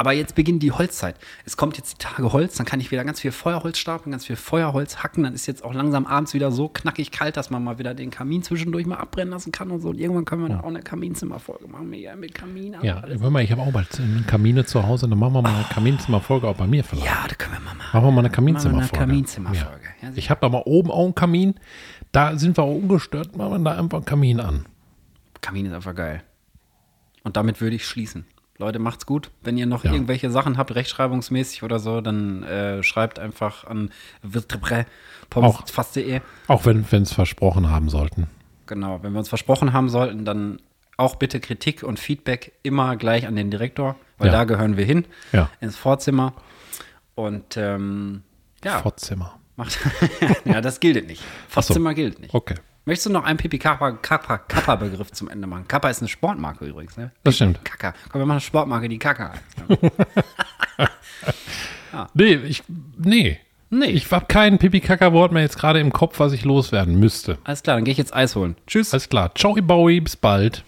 Speaker 2: Aber jetzt beginnt die Holzzeit. Es kommt jetzt die Tage Holz, dann kann ich wieder ganz viel Feuerholz stapeln, ganz viel Feuerholz hacken. Dann ist jetzt auch langsam abends wieder so knackig kalt, dass man mal wieder den Kamin zwischendurch mal abbrennen lassen kann und so. Und irgendwann können wir dann auch eine Kaminzimmerfolge machen. Mega mit Kamin. an,
Speaker 1: Ja,
Speaker 2: alles.
Speaker 1: hör mal, ich habe auch bald Kamine zu Hause, dann machen wir mal eine Kaminzimmerfolge auch bei mir vielleicht.
Speaker 2: ja, da können wir mal machen.
Speaker 1: Machen wir mal eine
Speaker 2: Machen wir
Speaker 1: Kaminzimmerfolge.
Speaker 2: eine Kaminzimmerfolge. Ja,
Speaker 1: ich habe da mal oben auch einen Kamin. Da sind wir auch ungestört, machen wir da einfach einen Kamin an.
Speaker 2: Kamin ist einfach geil. Und damit würde ich schließen. Leute, macht's gut. Wenn ihr noch
Speaker 1: Ja.
Speaker 2: irgendwelche Sachen habt, rechtschreibungsmäßig oder so, dann äh, schreibt einfach an
Speaker 1: Auch.
Speaker 2: wirtrebre.pommes.de.
Speaker 1: Auch wenn wir es versprochen haben sollten.
Speaker 2: E. Genau, wenn wir uns versprochen haben sollten, dann auch bitte Kritik und Feedback immer gleich an den Direktor, weil
Speaker 1: Ja.
Speaker 2: da gehören wir hin,
Speaker 1: Ja.
Speaker 2: ins Vorzimmer. Und ähm, ja,
Speaker 1: Vorzimmer.
Speaker 2: macht. <laughs> ja, das gilt nicht. Vorzimmer gilt nicht.
Speaker 1: Okay.
Speaker 2: Möchtest du noch einen pipi kappa kappa kappa begriff zum Ende machen? Kappa ist eine Sportmarke übrigens, ne?
Speaker 1: Das stimmt.
Speaker 2: Kaka. Komm, wir machen eine Sportmarke, die Kaka. heißt.
Speaker 1: Nee, ich. Nee.
Speaker 2: Ah. Nee.
Speaker 1: Ich habe kein Pipi-Kaka-Wort mehr jetzt gerade im Kopf, was ich loswerden müsste.
Speaker 2: Alles klar, dann gehe ich jetzt Eis holen. Tschüss.
Speaker 1: Alles klar. Ciao, Bowie, bis bald.